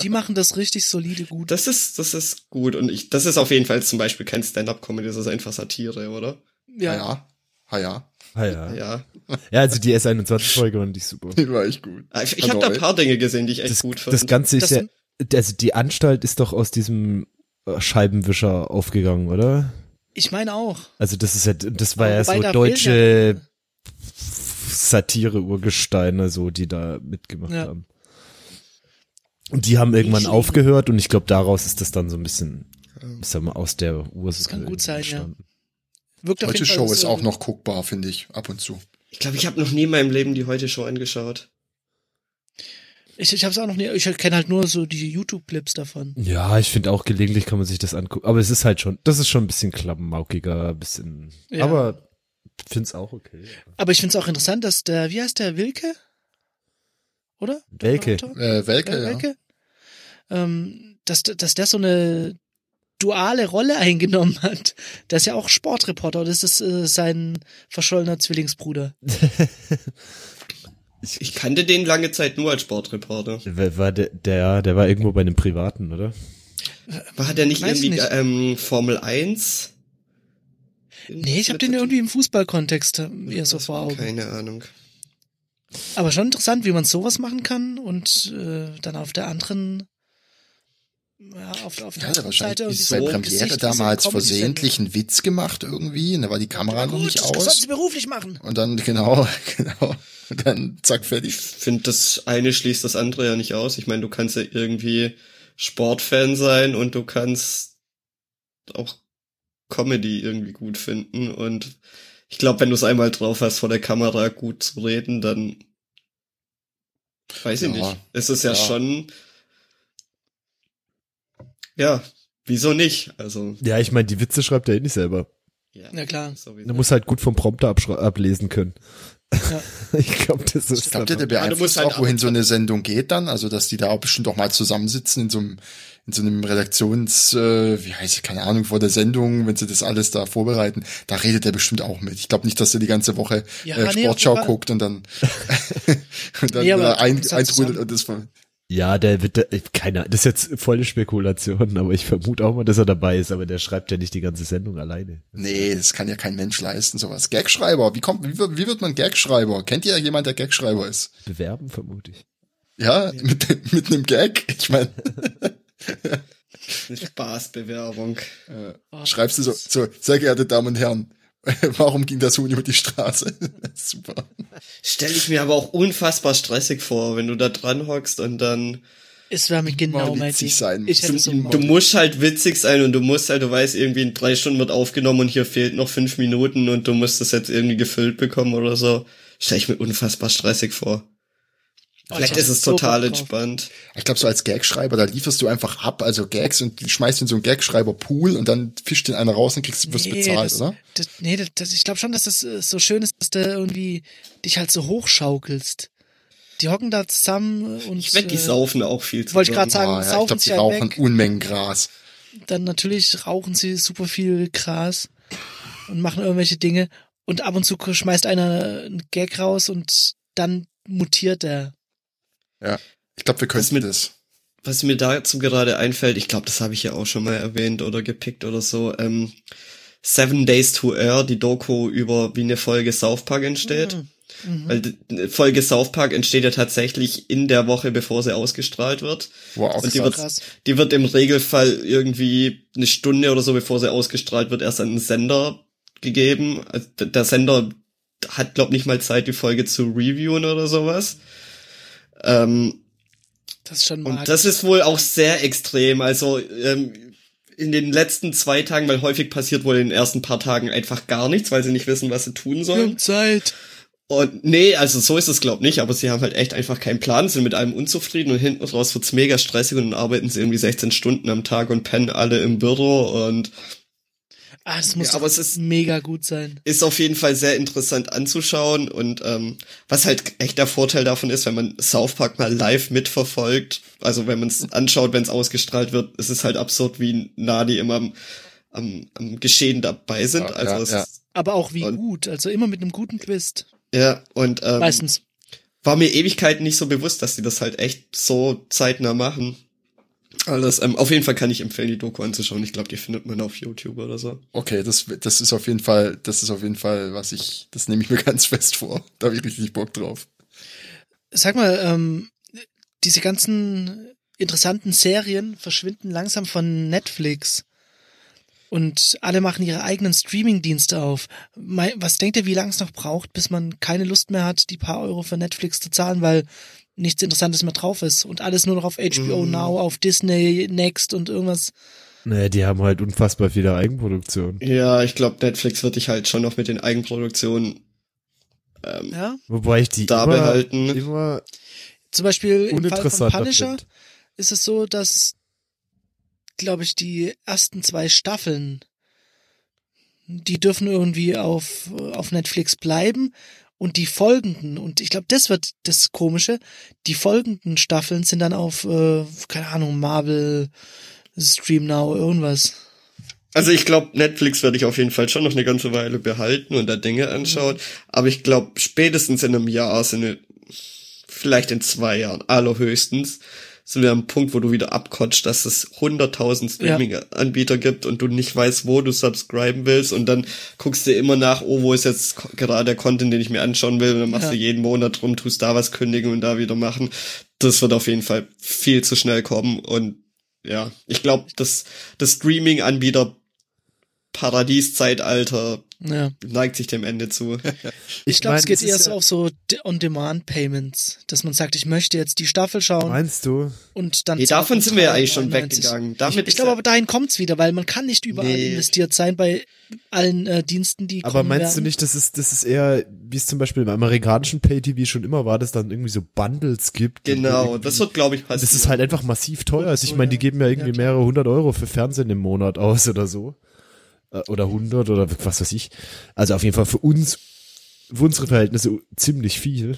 A: Die machen das richtig solide gut.
D: Das ist, das ist gut und ich, das ist auf jeden Fall zum Beispiel kein Stand-up-Comedy, das ist einfach Satire, oder?
A: ja.
C: Ah ja. Ha ja.
B: Ah, ja.
D: Ja.
B: ja, also die S21-Folge waren nicht super.
C: Die war echt gut.
A: Äh,
D: Ah, Ich, ich
C: Fand
D: habe da
C: auch
D: ein paar Dinge gesehen, die ich echt
B: Das,
D: gut fand.
B: das Ganze ist
A: Das
B: ja,
A: sind-
B: also die Anstalt ist doch aus diesem äh, Scheibenwischer aufgegangen, oder?
A: Ich meine auch.
B: Also das ist ja, das war
A: Aber
B: ja
A: wobei
B: so
A: da
B: deutsche Satire-Urgesteine, so, die da mitgemacht
A: Ja.
B: haben. Und die haben irgendwann
A: schon.
B: aufgehört und ich glaube, daraus ist das dann so ein bisschen Ich sag mal, aus der Ursache.
A: Das kann gut sein, ja.
B: entstanden.
A: Wirkt auf
C: Heute
A: jeden Fall
C: Show ist
A: so-
C: auch noch guckbar, finde ich, ab und zu.
D: Ich glaube, ich habe noch nie in meinem Leben die Heute Show angeschaut.
A: Ich, ich habe es auch noch nie. Ich kenne halt nur so die YouTube-Clips davon.
B: Ja, ich finde auch gelegentlich kann man sich das angucken. Aber es ist halt schon, das ist schon ein bisschen klappenmaukiger, ein bisschen.
A: Ja.
B: Aber finde es auch okay.
A: Aber ich finde es auch interessant, dass der, wie heißt der, Wilke? Oder? Der
B: Welke?
A: Moderator?
C: Äh, Welke,
A: Äh,
C: ja.
A: Welke? Ähm, dass, dass der so eine duale Rolle eingenommen hat. Der ist ja auch Sportreporter und das ist äh, sein verschollener Zwillingsbruder.
D: Ich kannte den lange Zeit nur als Sportreporter.
B: War, war der, der, der war irgendwo bei einem Privaten, oder?
D: War hat er nicht
A: Weiß
D: irgendwie
A: nicht.
D: Ähm, Formel 1?
A: Nee, ich habe den irgendwie im Fußballkontext äh, eher so vor Augen.
D: Keine Ahnung.
A: Aber schon interessant, wie man sowas machen kann und äh, dann auf der anderen ja, auf, auf der
C: Ja,
A: anderen
C: wahrscheinlich
A: Seite irgendwie
C: ist bei
A: so ein
C: Premiere
A: Gesicht, wie so
C: damals
A: eine Comedy-Sendung.
C: versehentlich einen Witz gemacht irgendwie, und da war die Kamera noch
A: Gut,
C: nicht
A: das sollst
C: aus.
A: du beruflich machen.
C: Und dann, genau, genau, und dann zack,
D: Ich
C: fertig.
D: finde, das eine schließt das andere ja nicht aus. Ich meine, du kannst ja irgendwie Sportfan sein und du kannst auch Comedy irgendwie gut finden. Und ich glaube, wenn du es einmal drauf hast, vor der Kamera gut zu reden, dann weiß ich
C: Ja.
D: nicht. Es ist ja,
C: Ja.
D: schon. Ja, wieso nicht? Also.
B: Ja, ich meine, die Witze schreibt er eh nicht selber.
D: Ja,
A: Na klar.
D: sowieso.
B: Du musst halt gut vom Prompter abschra- ablesen können.
A: Ja.
B: ich glaube, das ist.
C: Ich glaube, der
B: einfach-
D: Ja, du musst
C: beeinflusst
D: halt
C: auch, wohin so eine Sendung geht dann, also dass die da auch bestimmt auch mal zusammensitzen in so einem, in so einem Redaktions, äh, wie heißt es, keine Ahnung, vor der Sendung, wenn sie das alles da vorbereiten, da redet der bestimmt auch mit. Ich glaube nicht, dass er die ganze Woche
A: Ja,
C: äh,
A: nee,
C: Sportschau
A: aber-
C: guckt und dann, und dann
A: Nee,
C: nee,
A: aber
C: ein,
A: das hat
C: eintrudelt
A: zusammen-
C: und das von,
B: ja, der wird, der, keine Ahnung, das ist jetzt volle Spekulation, aber ich vermute auch mal, dass er dabei ist, aber der schreibt ja nicht die ganze Sendung alleine.
C: Nee, das kann ja kein Mensch leisten, sowas. Gagschreiber, wie kommt, wie, wird- wie wird man Gagschreiber? Kennt ihr jemand, der Gagschreiber ist?
B: Bewerben, vermute ich.
C: Ja, mit, mit einem Gag? Ich meine,
D: Eine Spaßbewerbung.
A: Oh,
C: schreibst du so, so, sehr geehrte Damen und Herren, warum ging das Huhn über die Straße? Super.
D: Stelle ich mir aber auch unfassbar stressig vor, wenn du da dran hockst und dann
A: Es wäre mir genau
C: Mal
A: mein
C: witzig
A: Ding.
C: sein.
A: Ich hätte
C: Zum-
A: so Oh,
C: im-
A: gemacht.
D: Du musst halt witzig sein und du musst halt, du weißt, irgendwie in drei Stunden wird aufgenommen und hier fehlt noch fünf Minuten und du musst das jetzt irgendwie gefüllt bekommen oder so. Stell ich mir unfassbar stressig vor.
A: Oh,
D: Vielleicht
A: ich
D: ist es
A: hab so
D: total
A: Bock drauf.
D: entspannt.
C: Ich glaube, so als Gagschreiber, da lieferst du einfach ab, also Gags und schmeißt in so einen Gagschreiber-Pool und dann fischt den einer raus und kriegst, wirst bezahlt,
A: das,
C: oder?
A: Das, nee, das- das, ich glaube schon, dass das äh, so schön ist, dass du irgendwie dich halt so hochschaukelst. Die hocken da zusammen äh, und
D: Ich wette, die saufen auch viel zu.
A: wollte ich gerade sagen,
C: Ah, ja, ich
A: saufen
C: glaube, die
A: sich halt
C: rauchen
A: weg.
C: Unmengen Gras.
A: Dann natürlich rauchen sie super viel Gras und machen irgendwelche Dinge. Und ab und zu schmeißt einer einen Gag raus und dann mutiert er.
C: Ja. Ich glaube, wir
D: Was
C: könnten
D: mit-
C: das.
D: Was mir dazu gerade einfällt, ich glaube, das habe ich ja auch schon mal erwähnt oder gepickt oder so. Ähm, Seven Days to Air, die Doku über wie eine Folge South Park entsteht.
A: Mhm.
D: Weil die- eine Folge South Park entsteht ja tatsächlich in der Woche, bevor sie ausgestrahlt wird.
C: Wow,
D: und die
C: krass.
D: wird, die wird im Regelfall irgendwie eine Stunde oder so, bevor sie ausgestrahlt wird, erst an den Sender gegeben. Also d- der Sender hat, glaube nicht mal Zeit, die Folge zu reviewen oder sowas. Ähm,
A: Das ist schon
D: und
A: mal.
D: das ist wohl auch sehr extrem. Also ähm, in den letzten zwei Tagen, weil häufig passiert wohl in den ersten paar Tagen einfach gar nichts, weil sie nicht wissen, was sie tun sollen.
A: Hm. Zeit.
D: Und nee, also so ist es glaub nicht, aber sie haben halt echt einfach keinen Plan, sind mit allem unzufrieden und hinten raus wird's mega stressig und dann arbeiten sie irgendwie 16 Stunden am Tag und pennen alle im Büro und
A: Ah, das muss
D: Ja,
A: aber
D: aber
A: es
D: es
A: ist mega gut sein.
D: ist auf jeden Fall sehr interessant anzuschauen und ähm, was halt echt der Vorteil davon ist, wenn man South Park mal live mitverfolgt, also wenn man es anschaut, wenn es ausgestrahlt wird, es ist halt absurd, wie nah die immer am, am, am Geschehen dabei sind.
C: Ja,
D: also
C: ja,
D: es
C: ja.
D: Ist,
A: Aber auch wie
D: Und-
A: gut. Also immer mit einem guten Twist.
D: ja und ähm,
A: Meistens.
D: war mir Ewigkeiten nicht so bewusst, dass die das halt echt so zeitnah machen. Alles, ähm, auf jeden Fall kann ich empfehlen, die Doku anzuschauen. Ich glaube, die findet man auf YouTube oder so.
C: Okay, das, das ist auf jeden Fall, das ist auf jeden Fall, was ich, das nehme ich mir ganz fest vor. Da habe ich richtig Bock drauf.
A: Sag mal, ähm, diese ganzen interessanten Serien verschwinden langsam von Netflix. Und alle machen ihre eigenen Streaming-Dienste auf. Mei- Was denkt ihr, wie lange es noch braucht, bis man keine Lust mehr hat, die paar Euro für Netflix zu zahlen, weil nichts Interessantes mehr drauf ist und alles nur noch auf HBO
D: Mm.
A: Now, auf Disney Next und irgendwas
B: Naja, die haben halt unfassbar viele Eigenproduktionen.
D: Ja, ich glaube, Netflix wird dich halt schon noch mit den Eigenproduktionen ähm,
A: Ja?
B: Wobei ich die
D: da
B: immer,
D: behalten.
B: immer
A: Zum Beispiel im Fall von
B: uninteressanter
A: Punisher
B: finde.
A: ist es so, dass, glaube ich, die ersten zwei Staffeln, die dürfen irgendwie auf, auf Netflix bleiben und die folgenden, und ich glaube, das wird das Komische, die folgenden Staffeln sind dann auf, äh, keine Ahnung, Marvel, Stream Now, irgendwas.
D: Also ich glaube, Netflix werde ich auf jeden Fall schon noch eine ganze Weile behalten und da Dinge anschauen. Aber ich glaube, spätestens in einem Jahr sind vielleicht in zwei Jahren, allerhöchstens, sind wir am Punkt, wo du wieder abkotzt, dass es 100.000
A: Ja.
D: Streaming-Anbieter gibt und du nicht weißt, wo du subscriben willst und dann guckst du immer nach, oh, wo ist jetzt ko- gerade der Content, den ich mir anschauen will und dann machst
A: Ja.
D: du jeden Monat rum, tust da was kündigen und da wieder machen. Das wird auf jeden Fall viel zu schnell kommen und ja, ich glaube, das, das Streaming-Anbieter Paradieszeitalter
A: Ja.
D: neigt sich dem Ende zu.
A: Ich glaube,
B: mein,
A: es geht
B: es ist
A: eher so
B: ja-
A: auf so D- On-Demand-Payments, dass man sagt, ich möchte jetzt die Staffel schauen
B: Meinst du?
A: und dann. halt
D: Nee, davon sind wir ja eigentlich schon
A: 2,99.
D: weggegangen.
A: Ich,
D: Damit
A: ich
D: ist
A: glaube,
D: ja-
A: aber dahin kommt's wieder, weil man kann nicht überall
D: Nee.
A: investiert sein bei allen äh, Diensten, die
B: Aber
A: kommen
B: meinst du
A: werden.
B: nicht, das ist, das ist eher, wie es zum Beispiel im amerikanischen Pay-TV schon immer war, dass dann irgendwie so Bundles gibt? und
D: Genau,
B: irgendwie-
D: das wird, glaube ich, passieren.
B: Das ist halt einfach massiv teuer. Also ich
A: So,
B: meine,
A: ja.
B: die geben ja irgendwie
A: Ja, klar.
B: mehrere hundert Euro für Fernsehen im Monat aus oder so. Äh, Oder hundert oder was weiß ich. Also auf jeden Fall für uns, für unsere Verhältnisse ziemlich viel.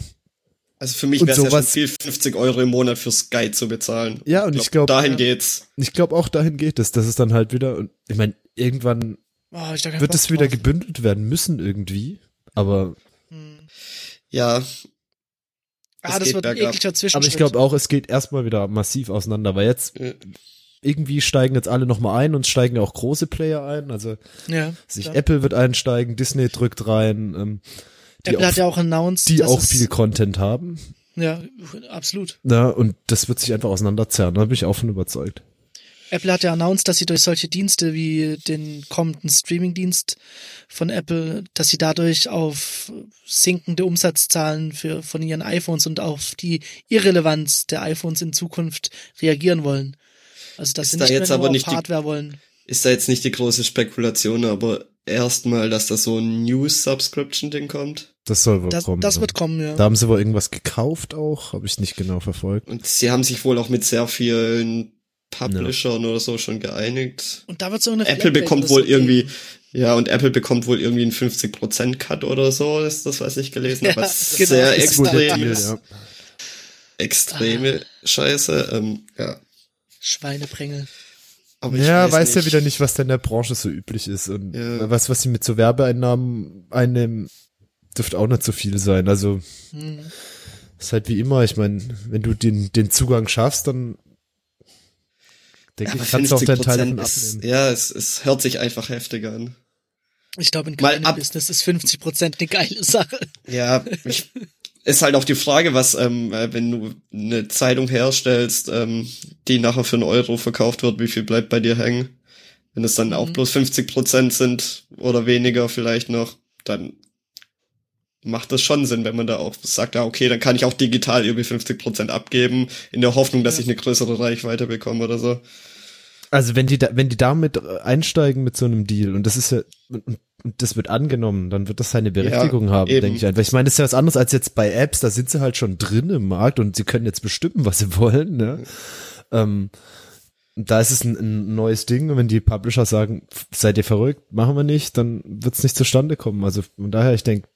D: Also für mich
B: Und
D: wäre es ja schon
B: sowas-
D: viel, 50 Euro im Monat für Sky zu bezahlen.
B: Ja, und ich glaub-
D: Dahin
B: ja.
D: geht's.
B: Ich glaube auch dahin geht es, dass es dann halt wieder, und ich meine, irgendwann
A: Oh, ich
B: wird es
A: das
B: wieder gebündelt werden müssen irgendwie. Aber,
D: Ja,
A: Ah,
D: Es
A: Hm. das
D: geht
A: wird ein
D: bergab.
A: ekliger Zwischenschritt.
B: aber ich glaube auch, es geht erstmal wieder massiv auseinander, weil jetzt
D: äh,
B: irgendwie steigen jetzt alle nochmal ein und steigen ja auch große Player ein. Also
A: ja,
B: sich
A: klar.
B: Apple wird einsteigen, Disney drückt rein, ähm, die
A: Apple
B: auch,
A: hat ja auch announced,
B: die
A: dass
B: auch
A: es-
B: viel Content haben.
A: Ja, absolut.
B: Na, und das wird sich einfach auseinanderzerren, da bin ich auch von überzeugt.
A: Apple hat ja announced, dass sie durch solche Dienste wie den kommenden Streaming-Dienst von Apple, dass sie dadurch auf sinkende Umsatzzahlen für, von ihren iPhones und auf die Irrelevanz der iPhones in Zukunft reagieren wollen. Also dass
D: Ist
A: sie
D: da
A: nicht
D: jetzt
A: mehr
D: aber
A: nur
D: nicht
A: auf
D: die-
A: Hardware wollen.
D: ist da jetzt nicht die große Spekulation, aber erstmal, dass da so ein News-Subscription-Ding kommt.
B: Das soll wohl
A: Das,
B: kommen.
A: das
B: ja.
A: wird kommen, ja.
B: da haben sie wohl irgendwas gekauft auch, habe ich nicht genau verfolgt.
D: Und sie haben sich wohl auch mit sehr vielen Publishern oder so schon geeinigt.
A: und da wird so eine
D: Apple
A: Flatrate
D: bekommt
A: oder so
D: wohl irgendwie,
A: geben.
D: ja, und Apple bekommt wohl irgendwie einen 50% Cut oder so, ist das, was ich gelesen habe.
A: Ja,
D: was
A: genau.
D: sehr
A: Das
B: Ist wohl der
D: extrem,
B: Deal,
D: ist.
B: ja.
D: extreme Scheiße. Ähm, ja.
A: Schweineprängel.
D: Aber
B: Ja, weiß, ja wieder nicht, was da in der Branche so üblich ist. Und
D: Ja.
B: was, was sie mit so Werbeeinnahmen einnehmen, dürfte auch nicht so viel sein. Also
A: Hm.
B: ist halt wie immer, ich meine, wenn du den, den Zugang schaffst, dann denke
D: Aber
B: ich, kannst du auch deinen Teil
D: 50%
B: davon
D: ist,
B: abnehmen.
D: ja, es, es hört sich einfach heftiger an.
A: Ich glaube, in
D: Mal
A: keinem
D: ab-
A: Business ist 50% eine geile Sache.
D: Ja, ich, ist halt auch die Frage, was, ähm, äh, wenn du eine Zeitung herstellst, ähm, die nachher für einen Euro verkauft wird, wie viel bleibt bei dir hängen? Wenn es dann auch
A: Mhm.
D: bloß 50 Prozent sind oder weniger vielleicht noch, dann macht das schon Sinn, wenn man da auch sagt, ja, okay, dann kann ich auch digital irgendwie 50 Prozent abgeben, in der Hoffnung, dass
A: Ja.
D: ich eine größere Reichweite bekomme oder so.
B: Also wenn die da, wenn die damit einsteigen mit so einem Deal und das ist ja und, und und das wird angenommen, dann wird das seine Berechtigung haben,
D: eben.
B: denke ich einfach. Ich meine, das ist ja was anderes als jetzt bei Apps, da sind sie halt schon drin im Markt und sie können jetzt bestimmen, was sie wollen, ne?
D: Mhm.
B: Ähm, da ist es ein, ein neues Ding und wenn die Publisher sagen, "Pf, seid ihr verrückt, machen wir nicht, dann wird es nicht zustande kommen. Also von daher, ich denke,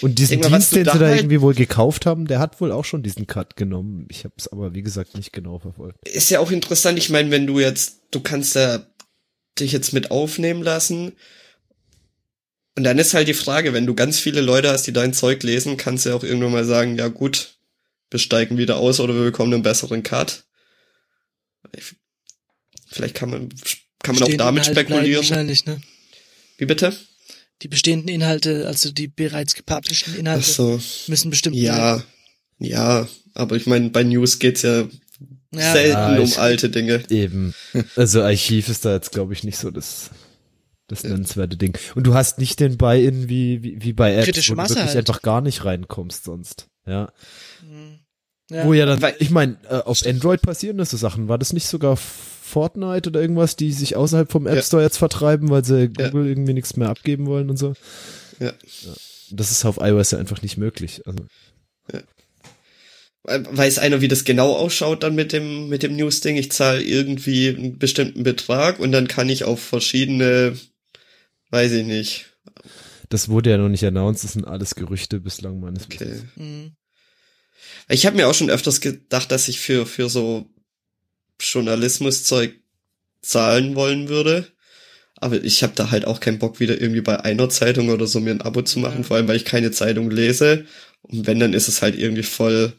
B: und diesen
D: Irgendwann, was
B: Dienst,
D: du
B: den
D: da
B: sie da
D: halt-
B: irgendwie wohl gekauft haben, der hat wohl auch schon diesen Cut genommen. Ich habe es aber, wie gesagt, nicht genau verfolgt.
D: ist ja auch interessant. Ich meine, wenn du jetzt, du kannst ja dich jetzt mit aufnehmen lassen. Und dann ist halt die Frage, wenn du ganz viele Leute hast, die dein Zeug lesen, kannst du ja auch irgendwann mal sagen, ja gut, wir steigen wieder aus oder wir bekommen einen besseren Cut. Ich- Vielleicht kann man, kann man auch
A: Bestehende
D: damit
A: Inhalte bleiben
D: spekulieren.
A: Wahrscheinlich, ne?
D: Wie bitte?
A: Die bestehenden Inhalte, also die bereits gepublishten Inhalte,
D: Ach so.
A: müssen bestimmt
D: Ja. Ja. Aber ich meine, bei News geht's ja,
A: bleiben. Ja,
D: selten
B: Ja,
D: um
B: ich-
D: alte Dinge.
B: Eben. Also Archiv ist da jetzt, glaube ich, nicht so das, das nennenswerte Ding. Und du hast nicht den Buy-in wie, wie, wie bei Apps,
A: Kritische
B: wo du
A: Masse
B: wirklich
A: halt.
B: einfach gar nicht reinkommst sonst. Ja.
A: Ja.
B: Wo ja dann,
D: Weil-
B: ich meine, äh, auf Android passieren das so Sachen. War das nicht sogar Fortnite oder irgendwas, die sich außerhalb vom App
D: Ja.
B: Store jetzt vertreiben, weil sie Google irgendwie nichts mehr abgeben wollen und so?
D: Ja.
B: Das ist auf iOS ja einfach nicht möglich. Also,
D: Weiß einer, wie das genau ausschaut dann mit dem, mit dem News-Ding? Ich zahle irgendwie einen bestimmten Betrag und dann kann ich auf verschiedene, weiß ich nicht.
B: das wurde ja noch nicht announced, das sind alles Gerüchte bislang meines
D: Okay.
B: Wissens.
A: Mhm.
D: Ich habe mir auch schon öfters gedacht, dass ich für, für so Journalismuszeug zahlen wollen würde. Aber ich habe da halt auch keinen Bock, wieder irgendwie bei einer Zeitung oder so mir ein Abo zu machen,
A: Ja.
D: vor allem weil ich keine Zeitung lese. Und wenn, dann ist es halt irgendwie voll,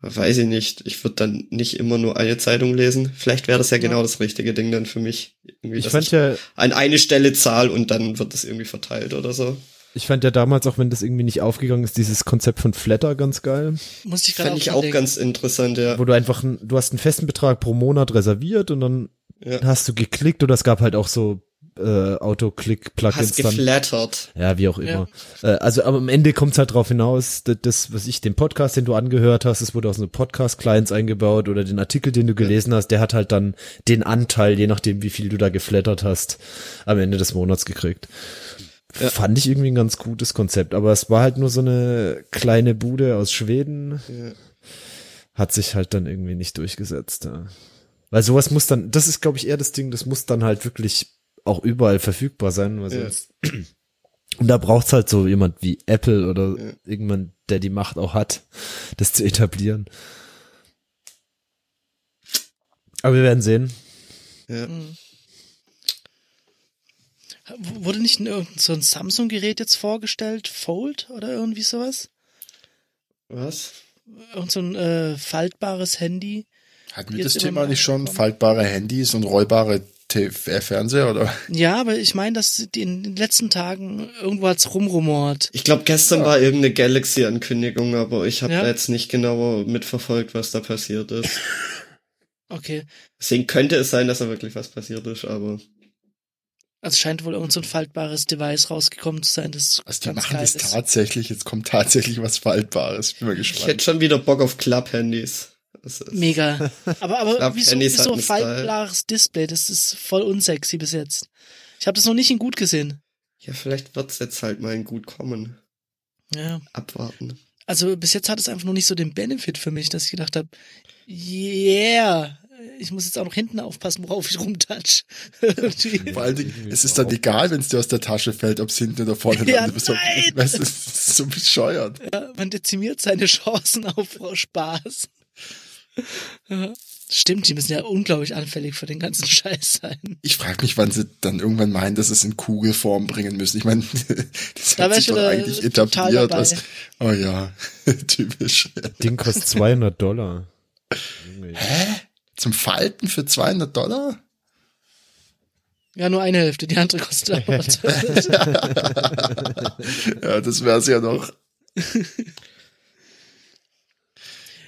D: weiß ich nicht, ich würde dann nicht immer nur eine Zeitung lesen. Vielleicht wäre das ja,
A: Ja.
D: genau das richtige Ding dann für mich. Irgendwie,
B: Ich
D: dass
B: fand
D: ich
B: ja,
D: an eine Stelle zahl und dann wird das irgendwie verteilt oder so.
B: ich fand ja damals, auch wenn das irgendwie nicht aufgegangen ist, dieses Konzept von Flatter ganz geil.
A: Musste ich gerade
D: Fand
A: auch
D: ich
A: dran
D: auch
A: denken.
D: ganz interessant, ja.
B: Wo du einfach, n- du hast einen festen Betrag pro Monat reserviert und dann
D: ja.
B: hast du geklickt oder es gab halt auch so äh, Autoclick-Plugins
D: Hast
B: dann.
D: geflattert.
B: Ja, wie auch immer. Äh, also aber am Ende kommt's halt drauf hinaus, da- das, was ich, den Podcast, den du angehört hast, es wurde aus einem Podcast-Clients eingebaut oder den Artikel, den du gelesen hast, der hat halt dann den Anteil, je nachdem, wie viel du da geflattert hast, am Ende des Monats gekriegt.
D: Ja.
B: Fand ich irgendwie ein ganz gutes Konzept, aber es war halt nur so eine kleine Bude aus Schweden,
D: Ja.
B: hat sich halt dann irgendwie nicht durchgesetzt. Ja. Weil sowas muss dann, das ist glaube ich eher das Ding, das muss dann halt wirklich auch überall verfügbar sein, weil
D: Ja.
B: sonst und da braucht's halt so jemand wie Apple oder
D: Ja.
B: irgendjemand, der die Macht auch hat, das zu etablieren. Aber wir werden sehen.
D: Ja.
A: Mhm. W- Wurde nicht ein, irgendein so ein Samsung-Gerät jetzt vorgestellt? Fold oder irgendwie sowas?
D: Was?
A: Irgend so ein äh, faltbares Handy?
C: Hatten wir
A: Jetzt
C: das
A: immer
C: Thema
A: mal
C: nicht schon?
A: angekommen.
C: Faltbare Handys und rollbare TV äh, Fernseher oder?
A: Ja, aber ich meine, dass die in den letzten Tagen irgendwo hat's rumrumort.
D: Ich glaube, gestern war irgendeine Galaxy-Ankündigung, aber ich habe
A: Ja.
D: da jetzt nicht genauer mitverfolgt, was da passiert ist.
A: Okay.
D: Deswegen könnte es sein, dass da wirklich was passiert ist, aber
A: Also scheint wohl irgend so ein faltbares Device rausgekommen zu sein, das
C: Also die
A: ganz
C: machen
A: geil
C: das
A: ist.
C: tatsächlich. Jetzt kommt tatsächlich was Faltbares. Bin mal
D: ich
C: gespannt.
D: hätte schon wieder Bock auf Club-Handys. Das ist-
A: Mega. Aber, aber
D: glaub,
A: wieso,
D: Handys
A: wieso
D: hatten
A: ein
D: Style.
A: faltbares Display? Das ist voll unsexy bis jetzt. Ich habe das noch nicht in gut gesehen.
D: Ja, vielleicht wird's jetzt halt mal in gut kommen.
A: Ja.
D: Abwarten.
A: Also bis jetzt hat es einfach nur nicht so den Benefit für mich, dass ich gedacht habe, yeah, ich muss jetzt auch noch hinten aufpassen, worauf ich rumtatsch. Irgendwie.
C: Vor allen Dingen, es ist dann egal, wenn es dir aus der Tasche fällt, ob es hinten oder vorne
A: Ja,
C: landet. Bist du-
A: nein!
C: Weißt du, das ist so bescheuert.
A: Ja, man dezimiert seine Chancen auf Spaß. Ja. Stimmt, die müssen ja unglaublich anfällig für den ganzen Scheiß sein.
C: Ich frage mich, wann sie dann irgendwann meinen, dass sie es in Kugelform bringen müssen. Ich meine, das
A: Da
C: hat
A: wär
C: sich
A: ich
C: doch
A: wieder
C: eigentlich
A: total
C: etabliert.
A: dabei.
C: Als, oh ja, typisch.
B: Ding kostet 200 Dollar. Junge,
C: Hä? Zum Falten für 200 Dollar?
A: Ja, nur eine Hälfte, die andere kostet aber
C: Ja, das wär's ja noch.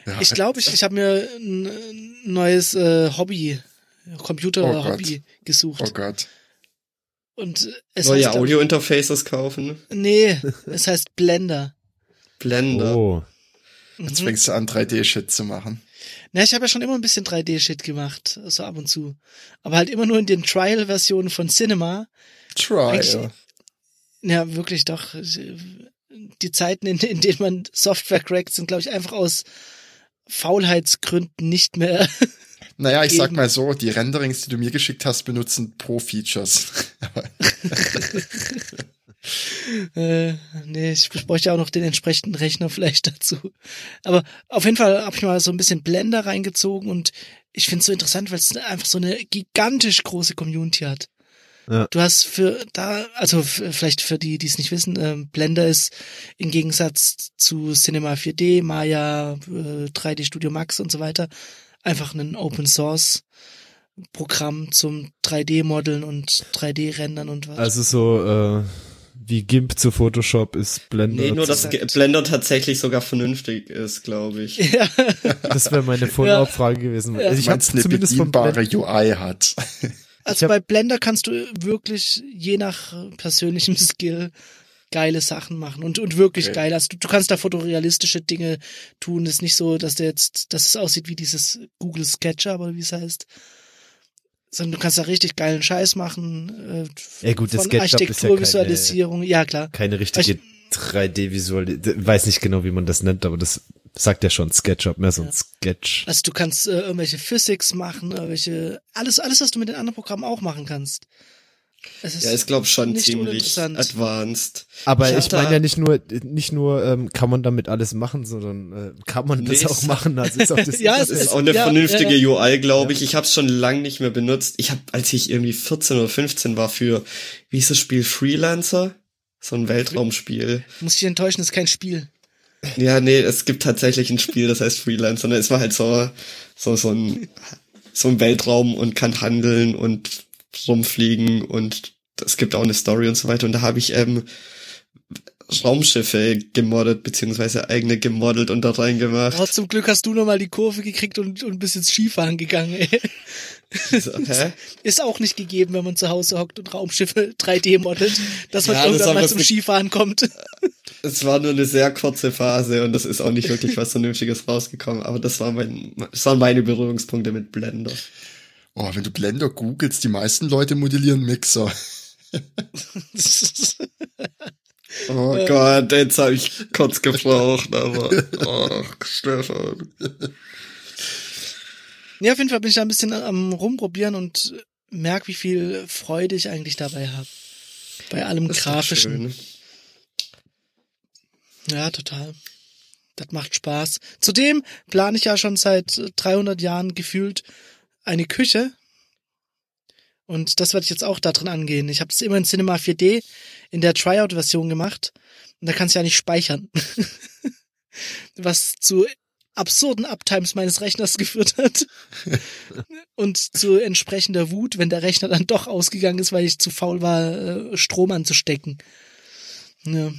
C: Ja,
A: Ich glaube, ich, ich habe mir ein neues äh, Hobby, Computer-Hobby gesucht.
C: Oh Gott.
A: Und es
D: Neue
A: heißt,
D: Audio-Interfaces kaufen.
A: Nee, es heißt Blender.
D: Blender.
B: Oh,
C: Jetzt
A: Mhm.
C: fängst du an, 3D-Shit zu machen.
A: Na, ich habe ja schon immer ein bisschen 3D-Shit gemacht, so ab und zu. Aber halt immer nur in den Trial-Versionen von Cinema.
C: Trial.
A: Eigentlich- Ja, wirklich doch. Die Zeiten, in, in denen man Software crackt, sind, glaube ich, einfach aus Faulheitsgründen nicht mehr.
C: Naja, ich sag
A: Eben.
C: mal so, die Renderings, die du mir geschickt hast, benutzen Pro-Features.
A: äh, nee, ich bräuchte ja auch noch den entsprechenden Rechner vielleicht dazu. Aber auf jeden Fall habe ich mal so ein bisschen Blender reingezogen und ich finde es so interessant, weil es einfach so eine gigantisch große Community hat.
B: Ja.
A: Du hast für da, also f- vielleicht für die, die es nicht wissen, ähm, Blender ist im Gegensatz zu Cinema 4D, Maya, äh, 3D Studio Max und so weiter einfach ein Open Source Programm zum 3D-Modeln und 3D-Rendern und was.
B: also so äh, wie GIMP zu Photoshop ist Blender.
D: Nee, nur
B: zu-
D: dass Ge- Blender tatsächlich sogar vernünftig ist, glaube ich.
A: ja.
B: das wäre meine Follow-up-Frage gewesen. Also ich
C: Weil
B: habe
C: es eine
B: zumindest von Blender
C: bedienbare UI hat.
A: Also
B: hab-
A: bei Blender kannst du wirklich je nach persönlichem Skill geile Sachen machen und, und wirklich
C: Okay.
A: geil. Also du, du kannst da fotorealistische Dinge tun. Es ist nicht so, dass der jetzt, dass es aussieht wie dieses Google Sketcher, aber wie es heißt. Sondern du kannst da richtig geilen Scheiß machen. Äh,
B: Ja, gut, das
A: von
B: SketchUp ist ja
A: Architekturvisualisierung. Ja, klar.
B: Keine richtige 3D-Visualisierung. Weiß nicht genau, wie man das nennt, aber das sagt ja schon SketchUp, mehr so ein
A: Ja.
B: Sketch.
A: Also du kannst äh, irgendwelche Physics machen, irgendwelche, alles, alles, was du mit den anderen Programmen auch machen kannst. Es ist,
D: Ja, ist glaube schon
A: nicht
D: ziemlich
A: uninteressant.
D: advanced.
B: Aber
D: Ich
B: ich
D: hatte-
B: meine ja nicht nur, nicht nur ähm, kann man damit alles machen, sondern äh, kann man das
D: Nee,
B: auch
D: ist-
B: machen. Also ist auch das
A: Ja,
B: das
A: es
D: Das
B: ist
D: ist auch eine
A: ja,
D: vernünftige
A: ja,
D: UI, glaube ich. Ich habe es schon lange nicht mehr benutzt. Ich habe, als ich irgendwie 14 oder 15 war für, wie hieß das Spiel, Freelancer? So ein Weltraumspiel.
A: muss ich dich enttäuschen, ist kein Spiel.
D: Ja, nee, es gibt tatsächlich ein Spiel, das heißt Freelancer. Und Es war halt so, so, so ein, so ein Weltraum und kann handeln und rumfliegen und es gibt auch eine Story und so weiter. Und da habe ich ähm, Raumschiffe gemoddet, beziehungsweise eigene gemodelt und da reingemacht.
A: Oh, zum Glück hast du nochmal die Kurve gekriegt und, und bist ins Skifahren gegangen. Ey.
D: So, hä?
A: Ist auch nicht gegeben, wenn man zu Hause hockt und Raumschiffe 3D modelt, dass man
D: Ja, das ist
A: irgendwann
D: aber
A: mal
D: das
A: zum
D: mit-
A: Skifahren kommt.
D: Es war nur eine sehr kurze Phase und das ist auch nicht wirklich was Vernünftiges rausgekommen, aber das, war mein, das waren meine Berührungspunkte mit Blender.
C: Oh, wenn du Blender googelst, die meisten Leute modellieren Mixer.
D: Oh Gott, jetzt habe ich kurz gebraucht, aber oh, Stefan.
A: ja, auf jeden Fall bin ich da ein bisschen am rumprobieren und merk, wie viel Freude ich eigentlich dabei habe. Bei allem
D: Das ist doch
A: Grafischen.
D: schön.
A: Ja, total. Das macht Spaß. Zudem plane ich ja schon seit äh, 300 Jahren gefühlt eine Küche. Und das werde ich jetzt auch da drin angehen. Ich habe das immer in Cinema 4D in der Tryout-Version gemacht. Und da kannst du ja nicht speichern. Was zu absurden Uptimes meines Rechners geführt hat. Und zu entsprechender Wut, wenn der Rechner dann doch ausgegangen ist, weil ich zu faul war, äh, Strom anzustecken. Ja.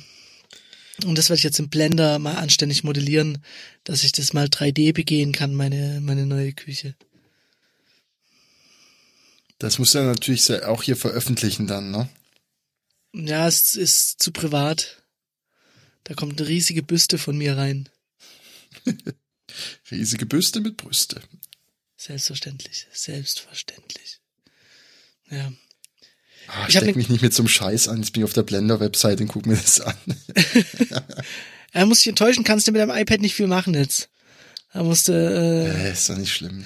A: Und das werde ich jetzt im Blender mal anständig modellieren, dass ich das mal 3D begehen kann, meine, meine neue Küche.
C: Das musst du ja natürlich se- auch hier veröffentlichen dann, ne?
A: Ja, es ist zu privat. Da kommt eine riesige Büste von mir rein.
C: Riesige Büste mit Brüste.
A: Selbstverständlich. Selbstverständlich. Ja.
C: Ah,
A: Ich hab
C: steck
A: ne-
C: mich nicht mit so einem Scheiß an. Jetzt bin ich auf der Blender-Website und guck mir das an.
A: Er muss dich enttäuschen, kannst du mit deinem iPad nicht viel machen jetzt. Da musst du, äh,
C: Äh, ist doch nicht schlimm.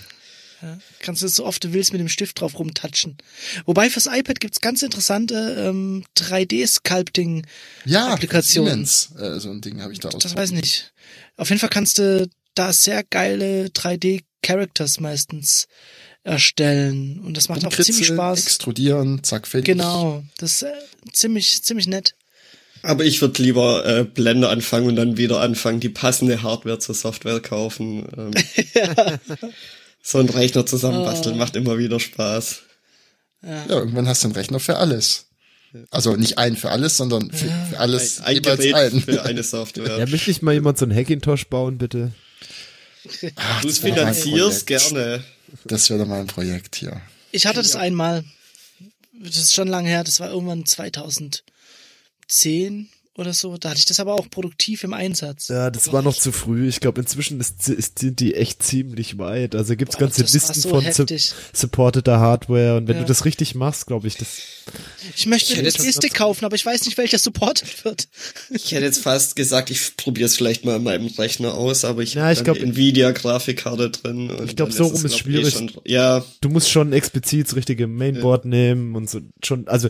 A: Ja, kannst du so oft du willst mit dem Stift drauf rumtatschen. Wobei fürs iPad gibt's ganz interessante ähm, 3D-Sculpting.
C: Ja,
A: Applikation.
C: Siemens, äh, so ein Ding habe ich da
A: Das
C: ausprobiert.
A: weiß ich nicht. Auf jeden Fall kannst du da sehr geile 3D-Characters meistens erstellen. Und das macht auch ziemlich
C: Rumkritzeln,
A: Spaß.
C: Extrudieren, zack, fertig.
A: Genau, das ist äh, ziemlich, ziemlich nett.
D: Aber ich würde lieber äh, Blender anfangen und dann wieder anfangen, die passende Hardware zur Software kaufen. Ähm, So ein Rechner
C: Oh.
D: zusammenbasteln macht immer wieder Spaß.
C: Ja, irgendwann hast du einen Rechner für alles. Also nicht einen für alles, sondern für, für alles
D: Ein
C: jeweils
D: Gerät
C: einen.
D: für eine Software.
B: Ja, möchte ich mal jemand so einen Hackintosh bauen, bitte?
C: Ach,
D: du es
C: das wäre doch mein
D: finanzierst
C: Projekt.
D: gerne.
C: Das wäre doch mal ein Projekt hier.
A: Ich hatte das einmal. Das ist schon lange her. Das war irgendwann 2010 oder so. Da hatte ich das aber auch produktiv im Einsatz.
B: Ja, das war noch zu früh. Ich glaube, inzwischen ist, ist, sind die echt ziemlich weit. Also gibt's
A: Boah,
B: ganze
A: das war
B: Listen
A: so
B: von su
A: heftig.
B: supporteter Hardware. Und wenn
A: Ja.
B: du das richtig machst, glaube ich, das.
A: Ich möchte
D: Ich
A: einen
D: hätte jetzt-
A: USB-Stick kaufen, aber ich weiß nicht, welcher supportet wird.
D: Ich hätte jetzt fast gesagt, ich probiere es vielleicht mal in meinem Rechner aus, aber ich
B: Ja,
D: habe
B: ich glaub-
D: Nvidia-Grafikkarte drin. Und
B: Ich glaub,
D: dann
B: so rum
D: es,
B: ist
D: glaub ich, eh
B: schwierig.
D: schon- ja,
B: Du musst schon explizit das richtige Mainboard nehmen und so schon, also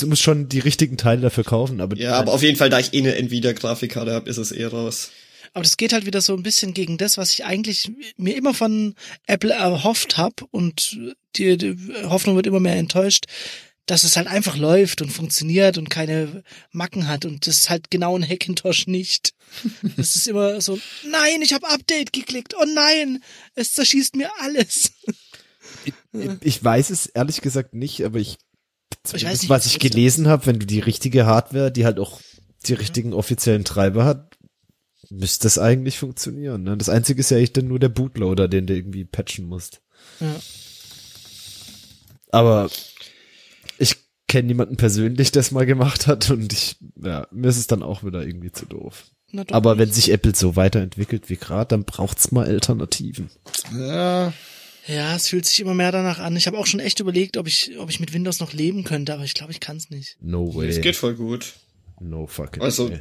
B: du musst schon die richtigen Teile dafür kaufen, aber
D: ja, aber auf jeden Fall, da ich eh eine Nvidia-Grafikkarte habe, ist es eh raus.
A: Aber das geht halt wieder so ein bisschen gegen das, was ich eigentlich mir immer von Apple erhofft habe und die, die Hoffnung wird immer mehr enttäuscht, dass es halt einfach läuft und funktioniert und keine Macken hat und das ist halt genau ein Hackintosh nicht. Das ist immer so, nein, ich habe Update geklickt, oh nein, es zerschießt mir alles.
B: ich weiß es ehrlich gesagt nicht, aber ich,
A: Hm. weiß nicht,
B: was
A: was
B: ich
A: jetzt-
B: gelesen habe, wenn du die richtige Hardware, die halt auch die richtigen offiziellen Treiber hat, müsste das eigentlich funktionieren. Ne? Das Einzige ist ja echt dann nur der Bootloader, den du irgendwie patchen musst.
A: Ja.
B: Aber ich kenne niemanden persönlich, der es mal gemacht hat und ich, ja, mir ist es dann auch wieder irgendwie zu doof.
A: Na doch
B: Aber
A: nicht.
B: wenn sich Apple so weiterentwickelt wie gerade, dann braucht's mal Alternativen.
C: Ja,
A: Ja, es fühlt sich immer mehr danach an. Ich habe auch schon echt überlegt, ob ich, ob ich mit Windows noch leben könnte, aber ich glaube, ich kann es nicht.
B: No way.
D: Es geht voll gut.
B: No fucking
D: Also-
B: way.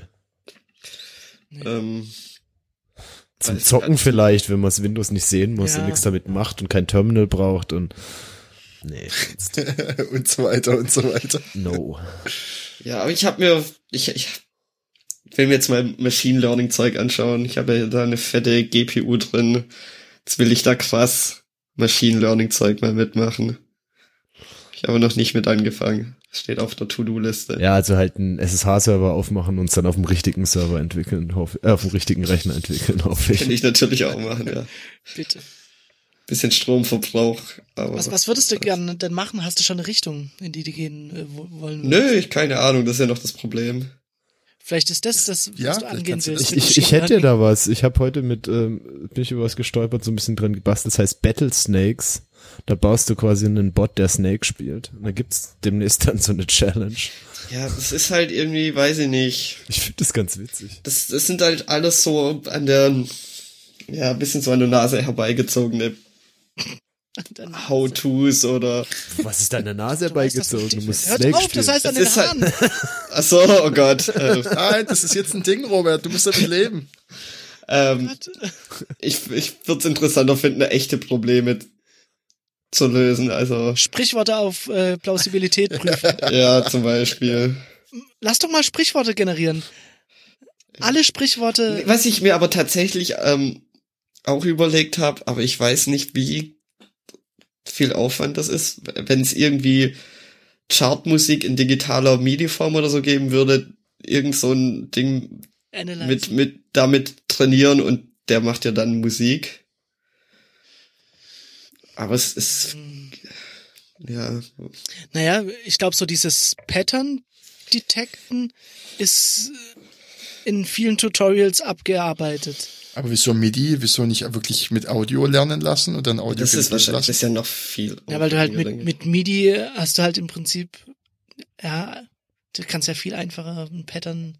D: Ähm,
B: Zum
D: Weiß ich
B: Zocken
D: grad-
B: vielleicht, wenn man das Windows nicht sehen muss und
A: Ja.
B: nichts damit macht und kein Terminal braucht und nee, jetzt
C: und so weiter und so weiter.
B: no.
D: ja, aber ich habe mir, ich, ich, wenn wir jetzt mal Machine Learning Zeug anschauen, ich habe ja da eine fette GPU drin. Jetzt will ich da krass Machine Learning Zeug mal mitmachen. Ich habe noch nicht mit angefangen. Steht auf der To-Do-Liste.
B: Ja, also halt einen SSH-Server aufmachen und es dann auf dem richtigen Server entwickeln, hoffe, äh, auf dem richtigen Rechner entwickeln, hoffe
D: Kann
B: ich.
D: ich natürlich auch machen, ja.
A: Bitte.
D: Bisschen Stromverbrauch, aber.
A: Was,
B: Also,
A: was
B: äh,
A: würdest du gerne denn machen? Hast du schon eine Richtung, in die du gehen äh, wo- wollen
D: Nö, ich keine Ahnung, das ist ja noch das Problem.
A: Vielleicht ist das das, was
C: Ja,
A: du
C: vielleicht
A: angehen
C: kannst du
A: willst.
C: das-
B: Ich,
A: mit
B: ich, ich
A: Machine
B: hätte
A: Learning.
B: da was. Ich habe heute mit, ähm, bin ich über was gestolpert, so ein bisschen dran gebastelt. Das heißt Battle Snakes. Da baust du quasi einen Bot, der Snake spielt. Und da gibt's demnächst dann so eine Challenge.
D: Ja, das ist halt irgendwie, weiß ich nicht.
B: Ich finde das ganz witzig.
D: Das, das sind halt alles so an der, ja, ein bisschen so an der Nase herbeigezogene
A: Dann-
D: How-Tos oder,
B: Was ist deine Nase
A: Du weißt, dass
B: herbeigezogen?
A: richtig
B: Du musst
A: Hört
B: Snake
A: auf,
B: spielen.
A: das heißt an
D: Das
A: den
D: ist halt-
A: Haaren.
D: achso, oh Gott. Äh,
C: Nein, das ist jetzt ein Ding, Robert. Du musst damit leben.
D: ähm,
A: äh,
D: ich ich würde es interessanter finden, echte Probleme zu lösen. Also,
A: Sprichworte auf äh, Plausibilität prüfen.
D: ja, zum Beispiel.
A: Lass doch mal Sprichworte generieren. Alle Sprichworte.
D: Was ich mir aber tatsächlich ähm, auch überlegt habe, aber ich weiß nicht, wie viel Aufwand das ist, wenn es irgendwie Chartmusik in digitaler MIDI-Form oder so geben würde, irgend so ein Ding
A: Analyze.
D: mit, mit damit trainieren und der macht ja dann Musik. Aber es ist,
A: Hm. Mhm.
D: ja,
A: Naja, ich glaube, so dieses Pattern Detecten ist äh, in vielen Tutorials abgearbeitet.
C: Aber wieso MIDI? Wieso nicht wirklich mit Audio lernen lassen und dann Audio
D: das ist
C: generieren
D: wahrscheinlich
C: lassen?
D: das ist ja noch viel.
A: Ja, weil du halt mit,
D: aufwendiger.
A: mit MIDI hast du halt im Prinzip, ja, du kannst ja viel einfacher ein Pattern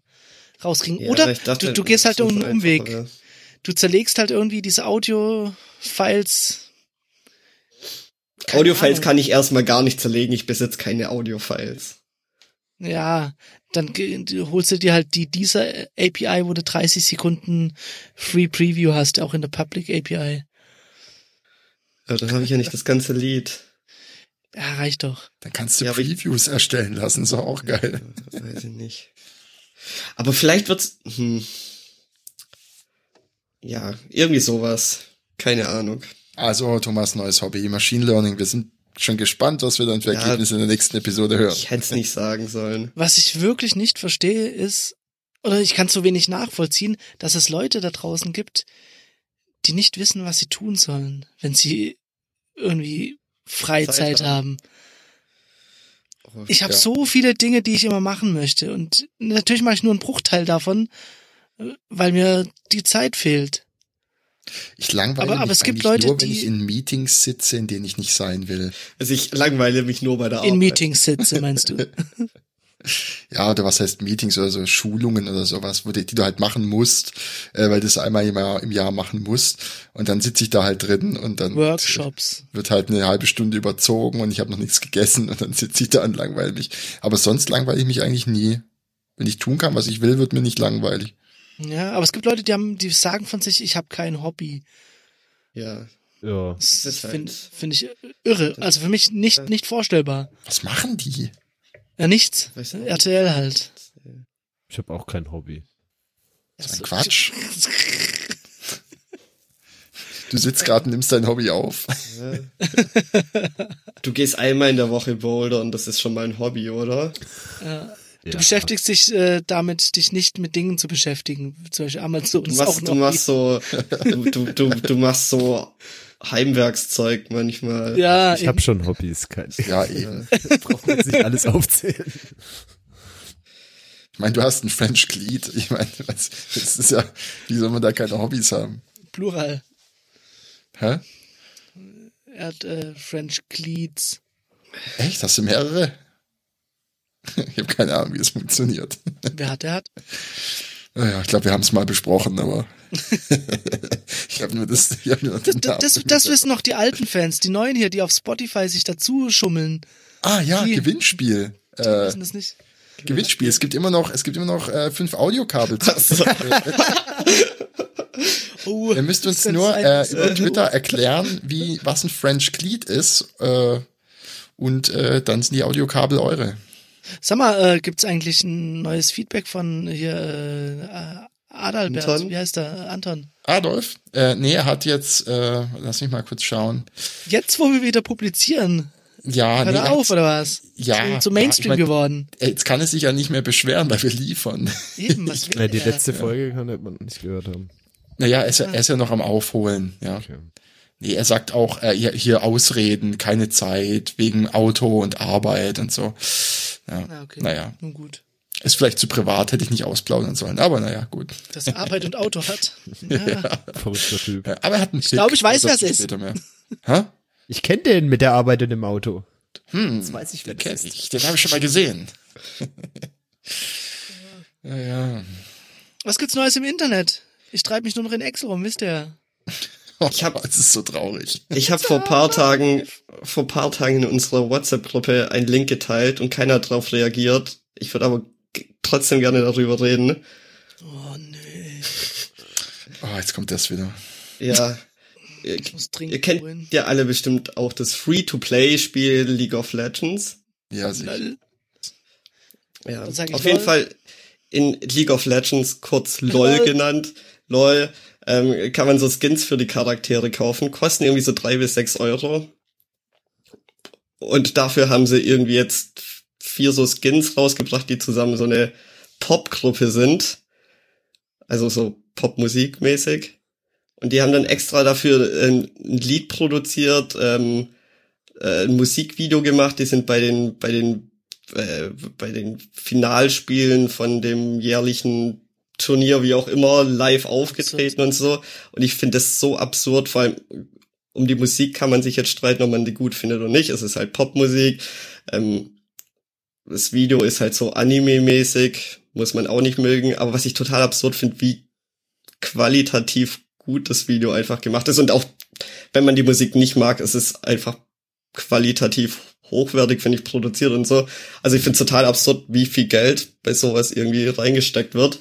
A: rauskriegen.
D: Ja, aber
A: Oder
D: ich dachte,
A: du, du gehst halt
D: das ist
A: einen Umweg.
D: einfacher, ja.
A: Du zerlegst halt irgendwie diese Audio-Files. Keine
D: Audiofiles
A: Ahnung.
D: kann ich erstmal gar nicht zerlegen, ich besitze keine Audiofiles.
A: Ja, dann ge- du holst du dir halt die dieser API, wo du 30 Sekunden Free Preview hast, auch in der Public API.
D: Ja, dann habe ich ja nicht das ganze Lied.
A: Ja, reicht doch.
C: Dann kannst du
D: Ja, aber ich-
C: Previews erstellen lassen. Ist doch auch geil.
D: Ja, Weiß ich nicht. Aber vielleicht wird's. Hm. Ja, irgendwie sowas. Keine Ahnung.
C: Also, Thomas, neues Hobby, Machine Learning. Wir sind schon gespannt, was wir dann für
D: Ja.
C: Ergebnisse in der nächsten Episode hören.
D: Ich hätte es nicht sagen sollen.
A: Was ich wirklich nicht verstehe, ist, oder ich kann so wenig nachvollziehen, dass es Leute da draußen gibt, die nicht wissen, was sie tun sollen, wenn sie irgendwie Freizeit
D: Zeit
A: haben.
D: haben.
A: Ich habe
C: Ja.
A: so viele Dinge, die ich immer machen möchte. Und natürlich mache ich nur einen Bruchteil davon, äh, weil mir die Zeit fehlt.
C: Ich langweile
A: Aber- aber
C: mich
A: es gibt
C: eigentlich
A: Leute,
C: nur, wenn
A: die-
C: ich in Meetings sitze, in denen ich nicht sein will.
D: Also ich langweile mich nur bei der Arbeit.
A: In Meetings sitze, meinst du?
C: Ja, oder was heißt Meetings oder so Schulungen oder sowas, wo die, die du halt machen musst, äh, weil du es einmal im Jahr, im Jahr machen musst. Und dann sitze ich da halt drin und dann
A: Workshops.
C: wird halt eine halbe Stunde überzogen und ich habe noch nichts gegessen und dann sitze ich da und langweile mich. Aber sonst langweile ich mich eigentlich nie. Wenn ich tun kann, was ich will, wird mir nicht langweilig.
A: Ja, aber es gibt Leute, die haben, die sagen von sich, ich habe kein Hobby.
D: Ja.
B: Ja.
A: Das
D: ist halt-
A: finde find ich irre. Also für mich nicht, nicht vorstellbar.
C: Was machen die?
A: Ja, nichts.
D: Weißt du?
A: RTL halt.
B: Ich habe auch kein Hobby.
C: Das ist ein Quatsch. Du sitzt gerade und nimmst dein Hobby auf.
D: Du gehst einmal in der Woche bouldern, das ist schon mal ein Hobby, oder?
A: Du
B: Ja.
A: beschäftigst dich äh, damit, dich nicht mit Dingen zu beschäftigen. Zum Beispiel Amazon
D: Du
A: ist auch
D: machst,
A: ein
D: du
A: Hobby.
D: machst so, du, du, du, du machst so Heimwerkszeug manchmal.
A: Ja,
B: Ich habe schon Hobbys, kein.
C: Ja, eben.
B: Braucht man jetzt nicht alles aufzählen.
C: Ich meine, du hast ein French Glied. Ich meine, was, das ist ja, wie soll man da keine Hobbys haben?
A: im Plural.
C: Hä?
A: Er hat äh, French Glieds.
C: Echt? Hast du mehrere? Ich habe keine Ahnung, wie es funktioniert.
A: Wer hat, der hat.
C: Naja, ich glaube, wir haben es mal besprochen, aber ich habe nur das. Ich hab nur
A: Das,
C: den
A: das, das,
C: Namen.
A: das wissen noch die alten Fans, die neuen hier, die auf Spotify sich dazu schummeln.
C: ah ja,
A: die-
C: Gewinnspiel. Äh,
A: wissen das nicht.
C: Gewinnspiel. Es gibt immer noch, es gibt immer noch äh, fünf Audiokabel.
A: Oh,
C: Ihr müsst uns
A: das
C: nur
A: sein,
C: äh,
A: das-
C: über Twitter erklären, wie was ein French Glied ist. Äh, und äh, dann sind die Audiokabel eure.
A: Sag mal, äh, gibt's eigentlich ein neues Feedback von hier äh, Adalbert?
D: Anton?
A: Wie heißt er? Anton.
C: Adolf, äh, nee, er hat jetzt, äh, lass mich mal kurz schauen.
A: Jetzt, wo wir wieder publizieren,
C: Ja,
A: hört
C: nee,
A: er
C: er
A: auf,
C: hat-
A: oder was?
C: Ja,
A: Zu, zu Mainstream
C: ja, ich mein-
A: geworden.
C: Ey, jetzt kann er sich ja nicht mehr beschweren, weil wir liefern.
A: Eben, was will
B: Ja, die
A: er?
B: letzte Folge kann man nicht gehört haben.
C: Naja, er ist, ja- er ist ja noch am Aufholen, ja.
B: Okay.
C: Nee, er sagt auch, äh, hier, hier Ausreden, keine Zeit, wegen Auto und Arbeit und so. Ja.
A: Ah, okay.
C: Naja,
A: Nun gut.
C: ist vielleicht zu privat, hätte ich nicht ausplaudern sollen, aber naja, gut.
A: Dass er Arbeit und Auto hat. Ja.
B: Verrückter Typ.
C: Ja, aber er hat einen Ich
A: glaub, ich weiß, wer es ist.
C: Mehr. Hä?
B: Ich kenne den mit der Arbeit in dem Auto.
E: Das weiß ich, wer
C: Kenn
E: das ist.
C: ich, den habe ich schon mal gesehen. ja, ja.
A: Was gibt's Neues im Internet? Ich treibe mich nur noch in Excel rum, wisst ihr?
C: ich habe, es ist so traurig.
D: Ich habe vor paar Tagen, vor paar Tagen in unserer WhatsApp-Gruppe einen Link geteilt und keiner drauf reagiert. Ich würde aber g- trotzdem gerne darüber reden.
A: Oh, nö.
C: Oh, jetzt kommt das wieder.
D: Ja. ihr,
A: Ich muss dringend
D: ihr kennt ja alle bestimmt auch das Free-to-Play-Spiel League of Legends.
C: Ja, sicher.
A: Lol.
D: Ja,
A: Dann sag ich
D: auf jeden
A: LOL.
D: Fall in League of Legends, kurz LOL,
A: LOL.
D: genannt, LOL, ähm, kann man so Skins für die Charaktere kaufen, kosten irgendwie so drei bis sechs Euro. Und dafür haben sie irgendwie jetzt vier so Skins rausgebracht, die zusammen so eine Popgruppe sind. Also so Popmusik mäßig. Und die haben dann extra dafür ähm, ein Lied produziert, ähm, äh, ein Musikvideo gemacht. Die sind bei den, bei den äh, bei den Finalspielen von dem jährlichen Turnier, wie auch immer, live aufgetreten und so. Und ich finde das so absurd, vor allem um die Musik kann man sich jetzt streiten, ob man die gut findet oder nicht. Es ist halt Popmusik. Ähm, das Video ist halt so anime-mäßig, muss man auch nicht mögen. Aber was ich total absurd finde, wie qualitativ gut das Video einfach gemacht ist. Und auch wenn man die Musik nicht mag, es ist einfach qualitativ hochwertig, finde ich, produziert und so. Also ich finde es total absurd, wie viel Geld bei sowas irgendwie reingesteckt wird.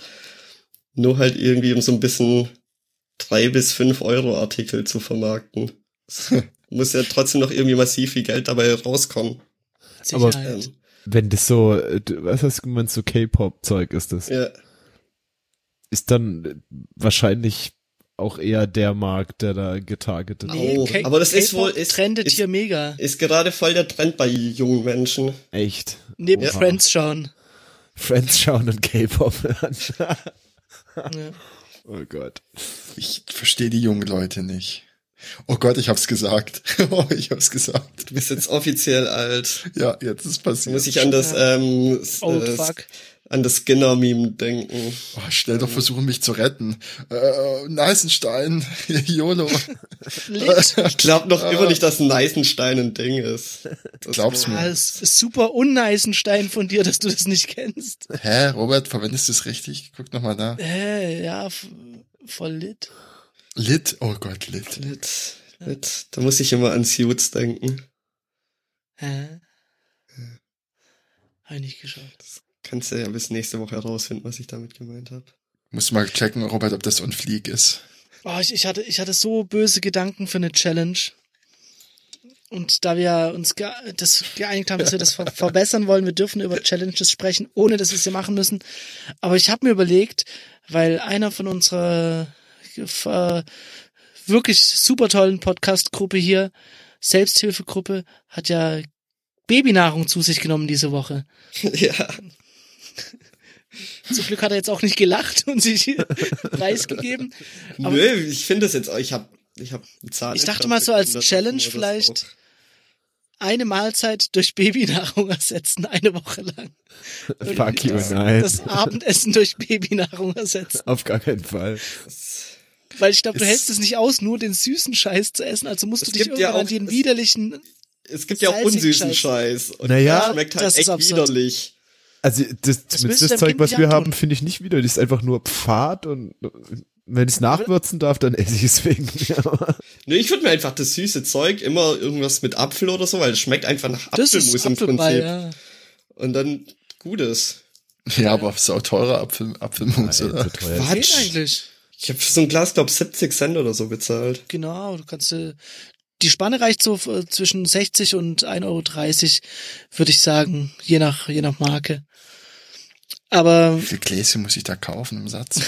D: Nur halt irgendwie um so ein bisschen drei bis fünf Euro Artikel zu vermarkten. Muss ja trotzdem noch irgendwie massiv viel Geld dabei rauskommen.
B: Aber-
A: Sicherheit.
D: Ähm,
B: Wenn das so, äh, du- was hast du gemeint, so K-Pop-Zeug ist das?
D: Ähm, ja,
B: Ist dann äh, wahrscheinlich auch eher der Markt, der da getargetet
A: Nee,
D: Oh,
A: K-
D: aber das ist
A: K-Pop
D: wohl- ist-
A: trendet
D: ist-
A: hier mega.
D: ist gerade voll der Trend bei jungen Menschen.
B: Echt.
A: Neben
B: Oha.
A: Friends schauen.
B: Friends schauen und K-Pop hören.
A: Ja.
B: oh Gott.
C: Ich verstehe die jungen Leute nicht. Oh Gott, ich hab's gesagt. Oh, ich hab's gesagt.
D: Du bist jetzt offiziell alt.
C: Ja, jetzt ist passiert.
D: Muss ich an das, ähm, s-
A: Old
D: äh,
A: Oh, fuck.
D: an das Skinner-Meme denken.
C: oh, schnell doch versuchen, mich zu retten. Äh, Neisenstein, YOLO.
A: Lit.
D: Ich glaube noch immer nicht, dass Neisenstein ein Ding ist.
C: Glaub's
A: Ah,
C: mir.
A: es ist super unneißen Stein von dir, dass du das nicht kennst.
C: Hä, Robert, verwendest du es richtig? Guck noch mal da.
A: Äh, ja, f- voll lit.
C: Lit, oh Gott, Lit.
D: Lit, lit. Da muss ich immer an Suits denken.
A: Hä? Hab ich nicht geschaut.
D: Kannst du ja bis nächste Woche herausfinden, was ich damit gemeint habe.
C: Musst du mal checken, Robert, ob das on Fleek ist.
A: Oh, ich, ich, hatte, ich hatte so böse Gedanken für eine Challenge. Und da wir uns ge das geeinigt haben, dass wir das ver verbessern wollen, wir dürfen über Challenges sprechen, ohne dass wir sie machen müssen. Aber ich habe mir überlegt, weil einer von unserer äh, wirklich super tollen Podcast-Gruppe hier, Selbsthilfegruppe, hat ja Babynahrung zu sich genommen diese Woche.
D: ja.
A: Zum Glück hat er jetzt auch nicht gelacht und sich preisgegeben. Aber-
D: Nö, ich finde es jetzt auch. Ich habe ich hab einen Zahn.
A: Ich dachte mal so als Challenge vielleicht. Eine Mahlzeit durch Babynahrung ersetzen, eine Woche lang.
B: Fuck you,
D: Äh,
B: nein.
A: Das Abendessen durch Babynahrung ersetzen.
B: Auf gar keinen Fall.
A: Weil ich glaube, du
C: Es-
A: hältst es nicht aus, nur den süßen Scheiß zu essen. Also musst
D: Es
A: du dich
D: gibt
A: irgendwann
D: ja
A: an
D: auch-
A: den
D: es-
A: widerlichen...
D: Es gibt ja auch
A: Salzigen
D: unsüßen
A: Scheiß.
D: Scheiß. Und
B: Naja.
D: das schmeckt halt
A: Das ist
D: echt
A: absurd.
D: widerlich.
B: Also das, zumindest
A: willst du
B: das
A: deinem
B: Zeug,
A: Kind
B: was
A: nicht
B: wir
A: antun?
B: haben, finde ich nicht wieder. Die ist einfach nur Pfad und wenn ich es nachwürzen darf, dann esse ich es wegen mir.
D: Nee, ich würde mir einfach das süße Zeug immer irgendwas mit Apfel oder so, weil es schmeckt einfach nach
A: Das
D: Apfelmus
A: ist
D: im
A: Apfelball,
D: Prinzip.
A: ja.
D: Und dann Gutes.
C: Ja, aber sau teurer Apfel, Apfelmus, oder?
D: Äh,
B: teuer.
A: Was? Geht
D: Quatsch.
A: eigentlich.
D: Ich habe für so ein Glas, glaub 70 Cent oder so bezahlt.
A: Genau, du kannst äh, die Spanne reicht so äh, zwischen 60 und 1,30 Euro, würde ich sagen, je nach, je nach Marke. Aber,
C: Wie viel Gläschen muss ich da kaufen im Satz?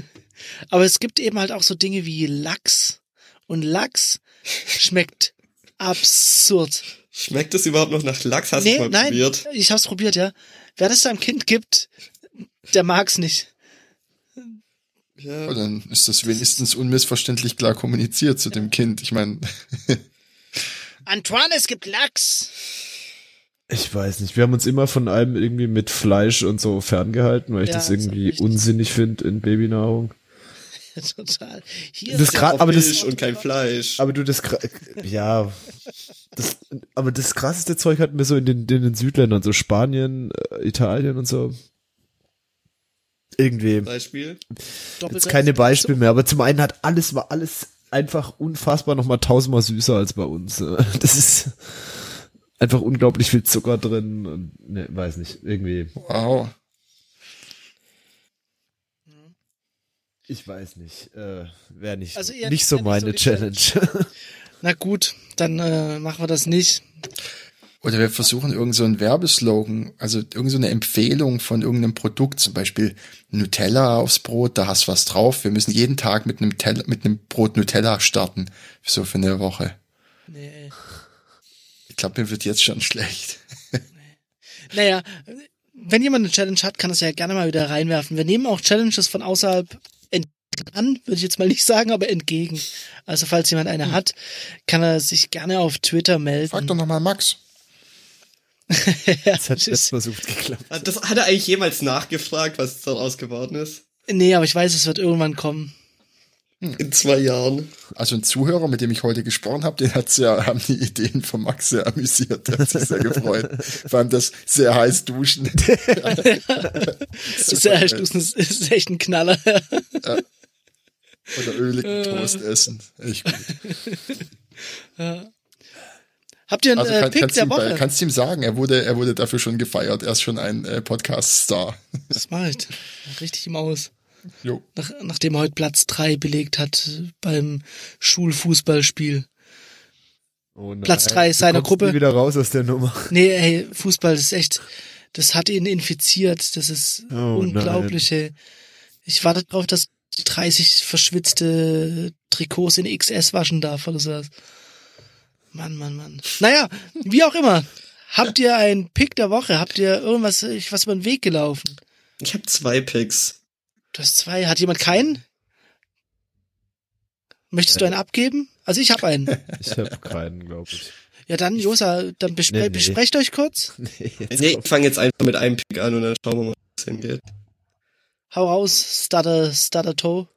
A: aber es gibt eben halt auch so Dinge wie Lachs. Und Lachs schmeckt absurd.
D: Schmeckt das überhaupt noch nach Lachs? Hast du mal
A: nein,
D: probiert?
A: ich hab's probiert, ja. Wer das seinem Kind gibt, der mag's nicht.
C: Ja,
B: Also,
D: Ja.
C: Dann ist das wenigstens unmissverständlich klar kommuniziert zu dem Kind. Ich meine,
A: Antoine, es gibt Lachs.
B: Ich weiß nicht. Wir haben uns immer von allem irgendwie mit Fleisch und so ferngehalten, weil ich
A: Ja,
B: das
A: ist auch
B: irgendwie
A: richtig.
B: unsinnig finde in Babynahrung.
A: Total. Hier
B: Das
A: ist
B: grad- aber das-
D: Milch und kein Fleisch.
B: Aber du, das, Gra- ja, das, aber das krasseste Zeug hatten wir so in den, in den Südländern, so Spanien, äh, Italien und so. Irgendwie.
D: Beispiel.
A: doppelt
B: Jetzt keine Beispiele mehr, aber zum einen hat alles, war alles einfach unfassbar nochmal tausendmal süßer als bei uns. Das ist einfach unglaublich viel Zucker drin und, ne, weiß nicht, irgendwie.
C: wow.
B: Ich weiß nicht, äh, wäre nicht,
A: Also eher
B: nicht so
A: nicht
B: meine
A: so die
B: Challenge.
A: Na gut, dann äh, machen wir das nicht.
C: Oder wir versuchen irgend so einen Werbeslogan, also irgend so eine Empfehlung von irgendeinem Produkt, zum Beispiel Nutella aufs Brot, da hast du was drauf. Wir müssen jeden Tag mit einem, Tell mit einem Brot Nutella starten, so für eine Woche.
A: Nee.
C: Ich glaube, mir wird jetzt schon schlecht.
A: Naja, wenn jemand eine Challenge hat, kann das ja gerne mal wieder reinwerfen. Wir nehmen auch Challenges von außerhalb ent- an, würde ich jetzt mal nicht sagen, aber entgegen. Also falls jemand eine hat, kann er sich gerne auf Twitter melden.
C: Frag doch nochmal Max.
A: das
B: Das hat jetzt versucht geklappt.
D: Hat Das, hat er eigentlich jemals nachgefragt, was daraus geworden ist?
A: nee, aber ich weiß, es wird irgendwann kommen.
D: In zwei Jahren.
C: Also ein Zuhörer, mit dem ich heute gesprochen habe, den hat's ja, haben die Ideen von Max sehr amüsiert. Der hat sich sehr gefreut. Vor allem das sehr heiß duschen.
A: Das ist, ja- das ist, das ist echt ein Knaller.
C: Oder öligen Toast essen. Echt gut.
A: Habt ihr einen
C: Also
A: äh,
C: kann,
A: Pick
C: kannst,
A: der
C: ihm, bei-
A: Woche?
C: kannst ihm sagen, er wurde, er wurde dafür schon gefeiert. Er ist schon ein äh, Podcast-Star.
A: das mache ich. Richtig im Aus.
C: Jo.
A: Nach, nachdem er heute Platz drei belegt hat äh, beim Schulfußballspiel.
B: Oh nein,
A: Platz drei
B: du
A: seiner
B: kommst
A: Gruppe.
B: nie wieder raus aus der Nummer.
A: Nee, hey, Fußball ist echt, das hat ihn infiziert. Das ist
B: Oh
A: unglaublich. Hey. Ich warte drauf, dass die 30 verschwitzte Trikots in XS waschen darf oder sowas. Mann, Mann, Mann. Naja, wie auch immer. Habt ihr einen Pick der Woche? Habt ihr irgendwas euch was über den Weg gelaufen?
D: Ich habe zwei Picks.
A: Du hast zwei. Hat jemand keinen? Möchtest du einen abgeben? Also ich habe einen.
B: Ich habe keinen, glaube ich.
A: Ja, dann, Josa, dann bespre
B: Nee, nee.
A: besprecht euch kurz.
B: Nee, jetzt
D: Nee, ich fange jetzt einfach mit einem Pick an und dann schauen wir mal, wo es hingeht.
A: Hau raus, Stutter, Stutter Toe.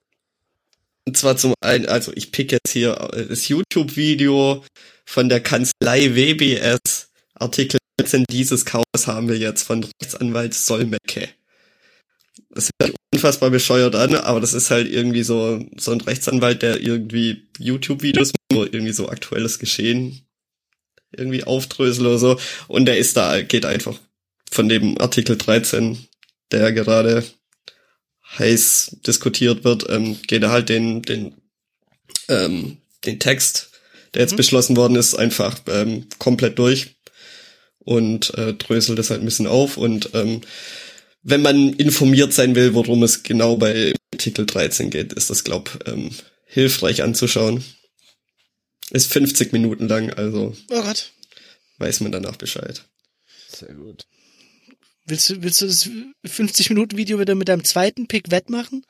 D: Und zwar zum einen, also ich pick jetzt hier äh, das YouTube-Video von der Kanzlei WBS, Artikel 14 dieses Chaos haben wir jetzt von Rechtsanwalt Solmecke. Das hört sich unfassbar bescheuert an, aber das ist halt irgendwie so, so ein Rechtsanwalt, der irgendwie YouTube-Videos, macht, wo irgendwie so aktuelles Geschehen irgendwie aufdröselt oder so. Und der ist da, geht einfach von dem Artikel 13, der gerade heiß diskutiert wird, ähm, geht er halt den, den, ähm, den Text, der jetzt
A: Mhm.
D: beschlossen worden ist, einfach ähm, komplett durch und äh, dröselt das halt ein bisschen auf. Und ähm, wenn man informiert sein will, worum es genau bei Artikel 13 geht, ist das, glaub ähm, hilfreich anzuschauen. Ist 50 Minuten lang, also
A: Oh Gott.
D: weiß man danach Bescheid.
B: sehr gut.
A: Willst du, willst du das 50-Minuten-Video wieder mit deinem zweiten Pick wettmachen?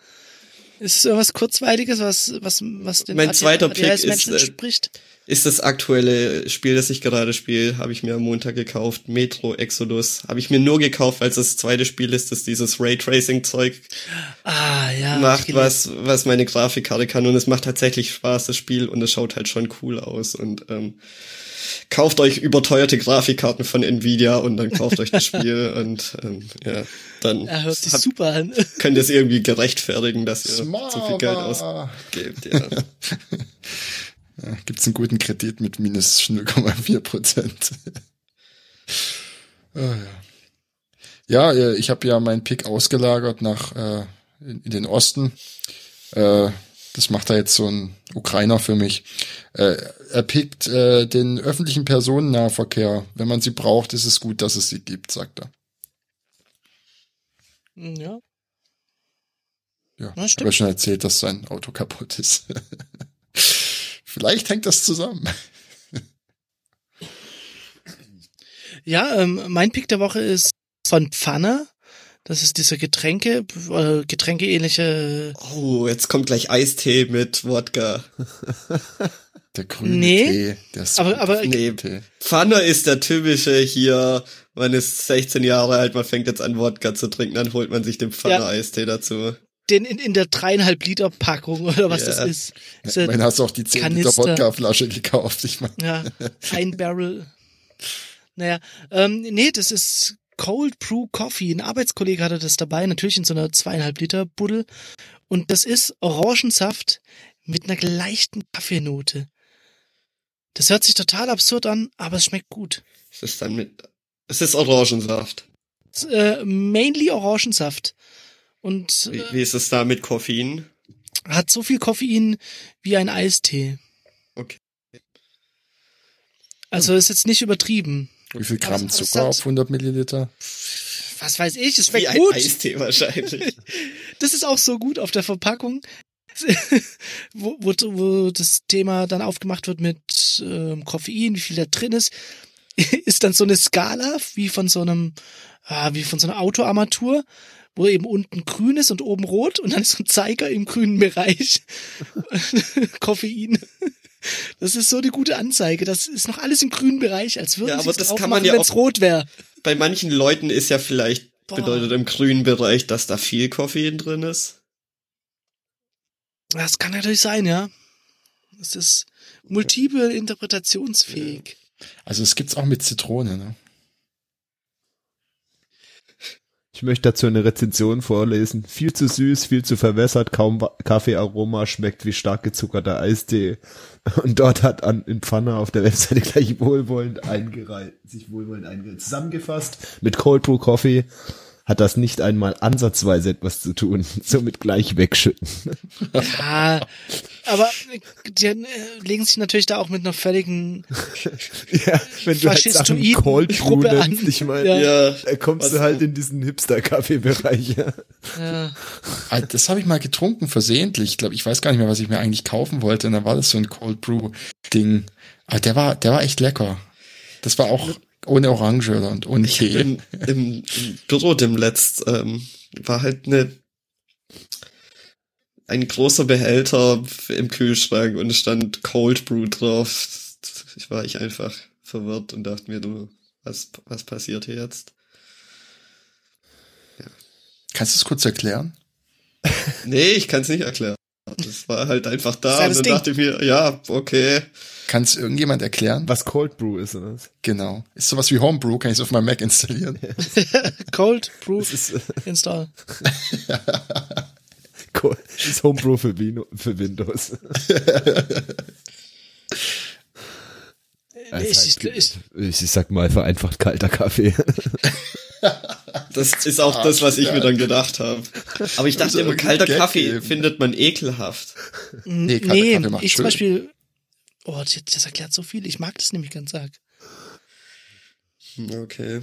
A: Ist es irgendwas Kurzweiliges, was, was, was den
D: Mein
A: AD-
D: zweiter Pick
A: ADHS
D: ist,
A: Menschen
D: äh,
A: entspricht?
D: Ist das aktuelle Spiel, das ich gerade spiele, habe ich mir am Montag gekauft. Metro Exodus habe ich mir nur gekauft, weil es das zweite Spiel ist, das dieses Raytracing-Zeug
A: Ah, ja. hab ich
D: macht,
A: gelesen.
D: was, was meine Grafikkarte kann. Und es macht tatsächlich Spaß, das Spiel. Und es schaut halt schon cool aus. Und ähm, kauft euch überteuerte Grafikkarten von Nvidia und dann kauft euch das Spiel und ähm, ja, dann
A: Ja, hört sich
D: habt-
A: super an.
D: könnt ihr es irgendwie gerechtfertigen, dass ihr zu viel Geld
C: Smarter.
D: ausgebt. Ja.
C: Ja, gibt's einen guten Kredit mit minus 0,4 Prozent. Ah, ja, ja äh, ich habe ja meinen Pick ausgelagert nach äh, in, in den Osten. Äh, das macht da jetzt so ein Ukrainer für mich. Äh, er pickt äh, den öffentlichen Personennahverkehr. Wenn man sie braucht, ist es gut, dass es sie gibt, sagt er.
A: Ja.
C: Ja,
A: Na,
C: ich
A: stimmt.
C: habe ja schon erzählt, dass sein Auto kaputt ist. Vielleicht hängt das zusammen.
A: Ja, ähm, mein Pick der Woche ist von Pfanne. Das ist dieser Getränke, äh, Getränkeähnliche.
D: Oh, jetzt kommt gleich Eistee mit Wodka.
C: Der grüne
A: Nee,
C: Tee, der ist
A: aber- aber-
D: Nee,
C: Tee.
D: Pfanne ist der typische hier, man ist 16 Jahre alt, man fängt jetzt an Wodka zu trinken, dann holt man sich den Pfanne-Eistee dazu.
A: Den in, in der dreieinhalb Liter Packung oder was
D: Ja.
A: das ist. Ist
C: Ich meine,
A: ja,
C: hast du auch die 10 Liter
A: Kanister.
C: Wodkaflasche gekauft. Ich meine,
A: ja, ein Barrel. Naja, ähm, nee, das ist Cold Brew Coffee. Ein Arbeitskollege hatte das dabei, natürlich in so einer zweieinhalb Liter Buddel. Und das ist Orangensaft mit einer leichten Kaffeenote. Das hört sich total absurd an, aber es schmeckt gut.
D: Es ist dann mit, es ist Orangensaft.
A: äh, mainly Orangensaft und
D: Wie,
A: äh,
D: wie ist es da mit Koffein?
A: hat so viel Koffein wie ein Eistee.
D: Okay.
A: Also ist jetzt nicht übertrieben.
C: wie viel
A: Aber-
C: Gramm
A: aber
C: Zucker
A: satt.
C: auf 100 Milliliter?
A: Was weiß ich, es
D: Wie
A: schmeckt
D: ein
A: gut.
D: Eistee wahrscheinlich.
A: Das ist auch so gut auf der Verpackung, wo, wo, wo das Thema dann aufgemacht wird mit ähm, Koffein, wie viel da drin ist, ist dann so eine Skala wie von so einem, ah, wie von so einer Autoarmatur, wo eben unten grün ist und oben rot und dann ist so ein Zeiger im grünen Bereich. Koffein. Das ist so eine gute Anzeige. Das ist noch alles im grünen Bereich, als würden
D: Ja,
A: sie
D: aber
A: es
D: das kann
A: drauf
D: man
A: machen,
D: ja
A: wenn es
D: auch-
A: rot wäre.
D: Bei manchen Leuten ist ja vielleicht,
A: Boah.
D: bedeutet im grünen Bereich, dass da viel Koffein drin ist.
A: Das kann natürlich sein, ja. Das ist multiple interpretationsfähig.
C: Also es gibt's auch mit Zitrone. Ne?
B: Ich möchte dazu eine Rezension vorlesen. Viel zu süß, viel zu verwässert, kaum Wa- Kaffeearoma, schmeckt wie stark gezuckerter Eistee. Und dort hat an in Pfanne auf der Webseite gleich wohlwollend eingereiht, sich wohlwollend eingereiht. Zusammengefasst, mit Cold Brew Coffee hat das nicht einmal ansatzweise etwas zu tun. Somit gleich wegschütten.
A: Ja, aber die äh, legen sich natürlich da auch mit einer völligen.
B: Ja, wenn
A: du halt Sachen Faschistoiden- Cold Brew Gruppe nennst, an. ich
B: ich
A: meine,
B: meine,
A: Ja.
D: Ja,
B: da kommst
D: Was-
B: du halt in diesen Hipster-Kaffee-Bereich. Ja.
A: Äh,
C: Ah, Das habe ich mal getrunken, versehentlich. Ich glaube, ich weiß gar nicht mehr, was ich mir eigentlich kaufen wollte. Und dann war das so ein Cold Brew Ding. Aber der war, der war echt lecker. Das war auch ohne Orange oder und ohne Tee.
D: im, im, im Büro dem letzt ähm, war halt eine ein großer Behälter im Kühlschrank und es stand Cold Brew drauf. Ich war ich einfach verwirrt und dachte mir, du, was, was passiert hier jetzt?
C: Kannst du es kurz erklären?
D: Nee, ich kann es nicht erklären. Das war halt einfach
A: Das ist
D: da
A: ja
D: und
A: das
D: dann
A: Ding.
D: dachte ich mir, ja, okay.
C: Kann es irgendjemand erklären?
B: Was Cold Brew ist, oder? was?
C: Genau. Ist sowas wie Homebrew, kann ich es auf meinem Mac installieren.
A: Cold Brew
B: Das ist, äh,
A: Install.
B: Cool. Das ist Homebrew für, Vino, für Windows.
A: Nee, ich,
C: halt
A: ich, ich,
B: ich, ich sag mal vereinfacht kalter Kaffee.
D: Das ist auch das, was ich mir dann gedacht habe. Aber ich dachte
C: Also
D: immer, kalter
C: Gag
D: Kaffee
C: geben.
D: findet man ekelhaft.
A: nee,
C: kalter Kaffee macht
A: ich zum
C: schön.
A: Beispiel. Oh, das, das erklärt so viel. Ich mag das nämlich ganz arg.
D: Hm, Okay.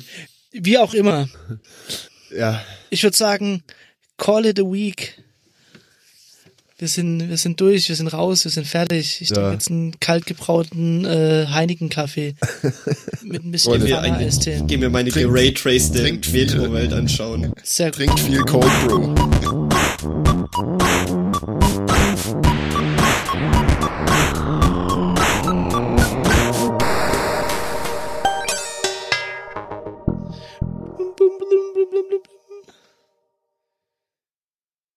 A: Wie auch immer.
B: ja,
A: Ich würde sagen, call it a week. Wir sind, wir sind durch, wir sind raus, wir sind fertig. Ich
B: Ja.
A: trinke jetzt einen kalt gebrauten äh, Heineken-Kaffee mit ein bisschen
C: Wollen wir
A: Pfanne-Eistee.
D: Geh mir meine
C: Trinkt-
D: geraytraced
C: trinkt viel.
D: Metrowelt anschauen.
A: Sehr gut.
C: Trinkt viel Cold Brew.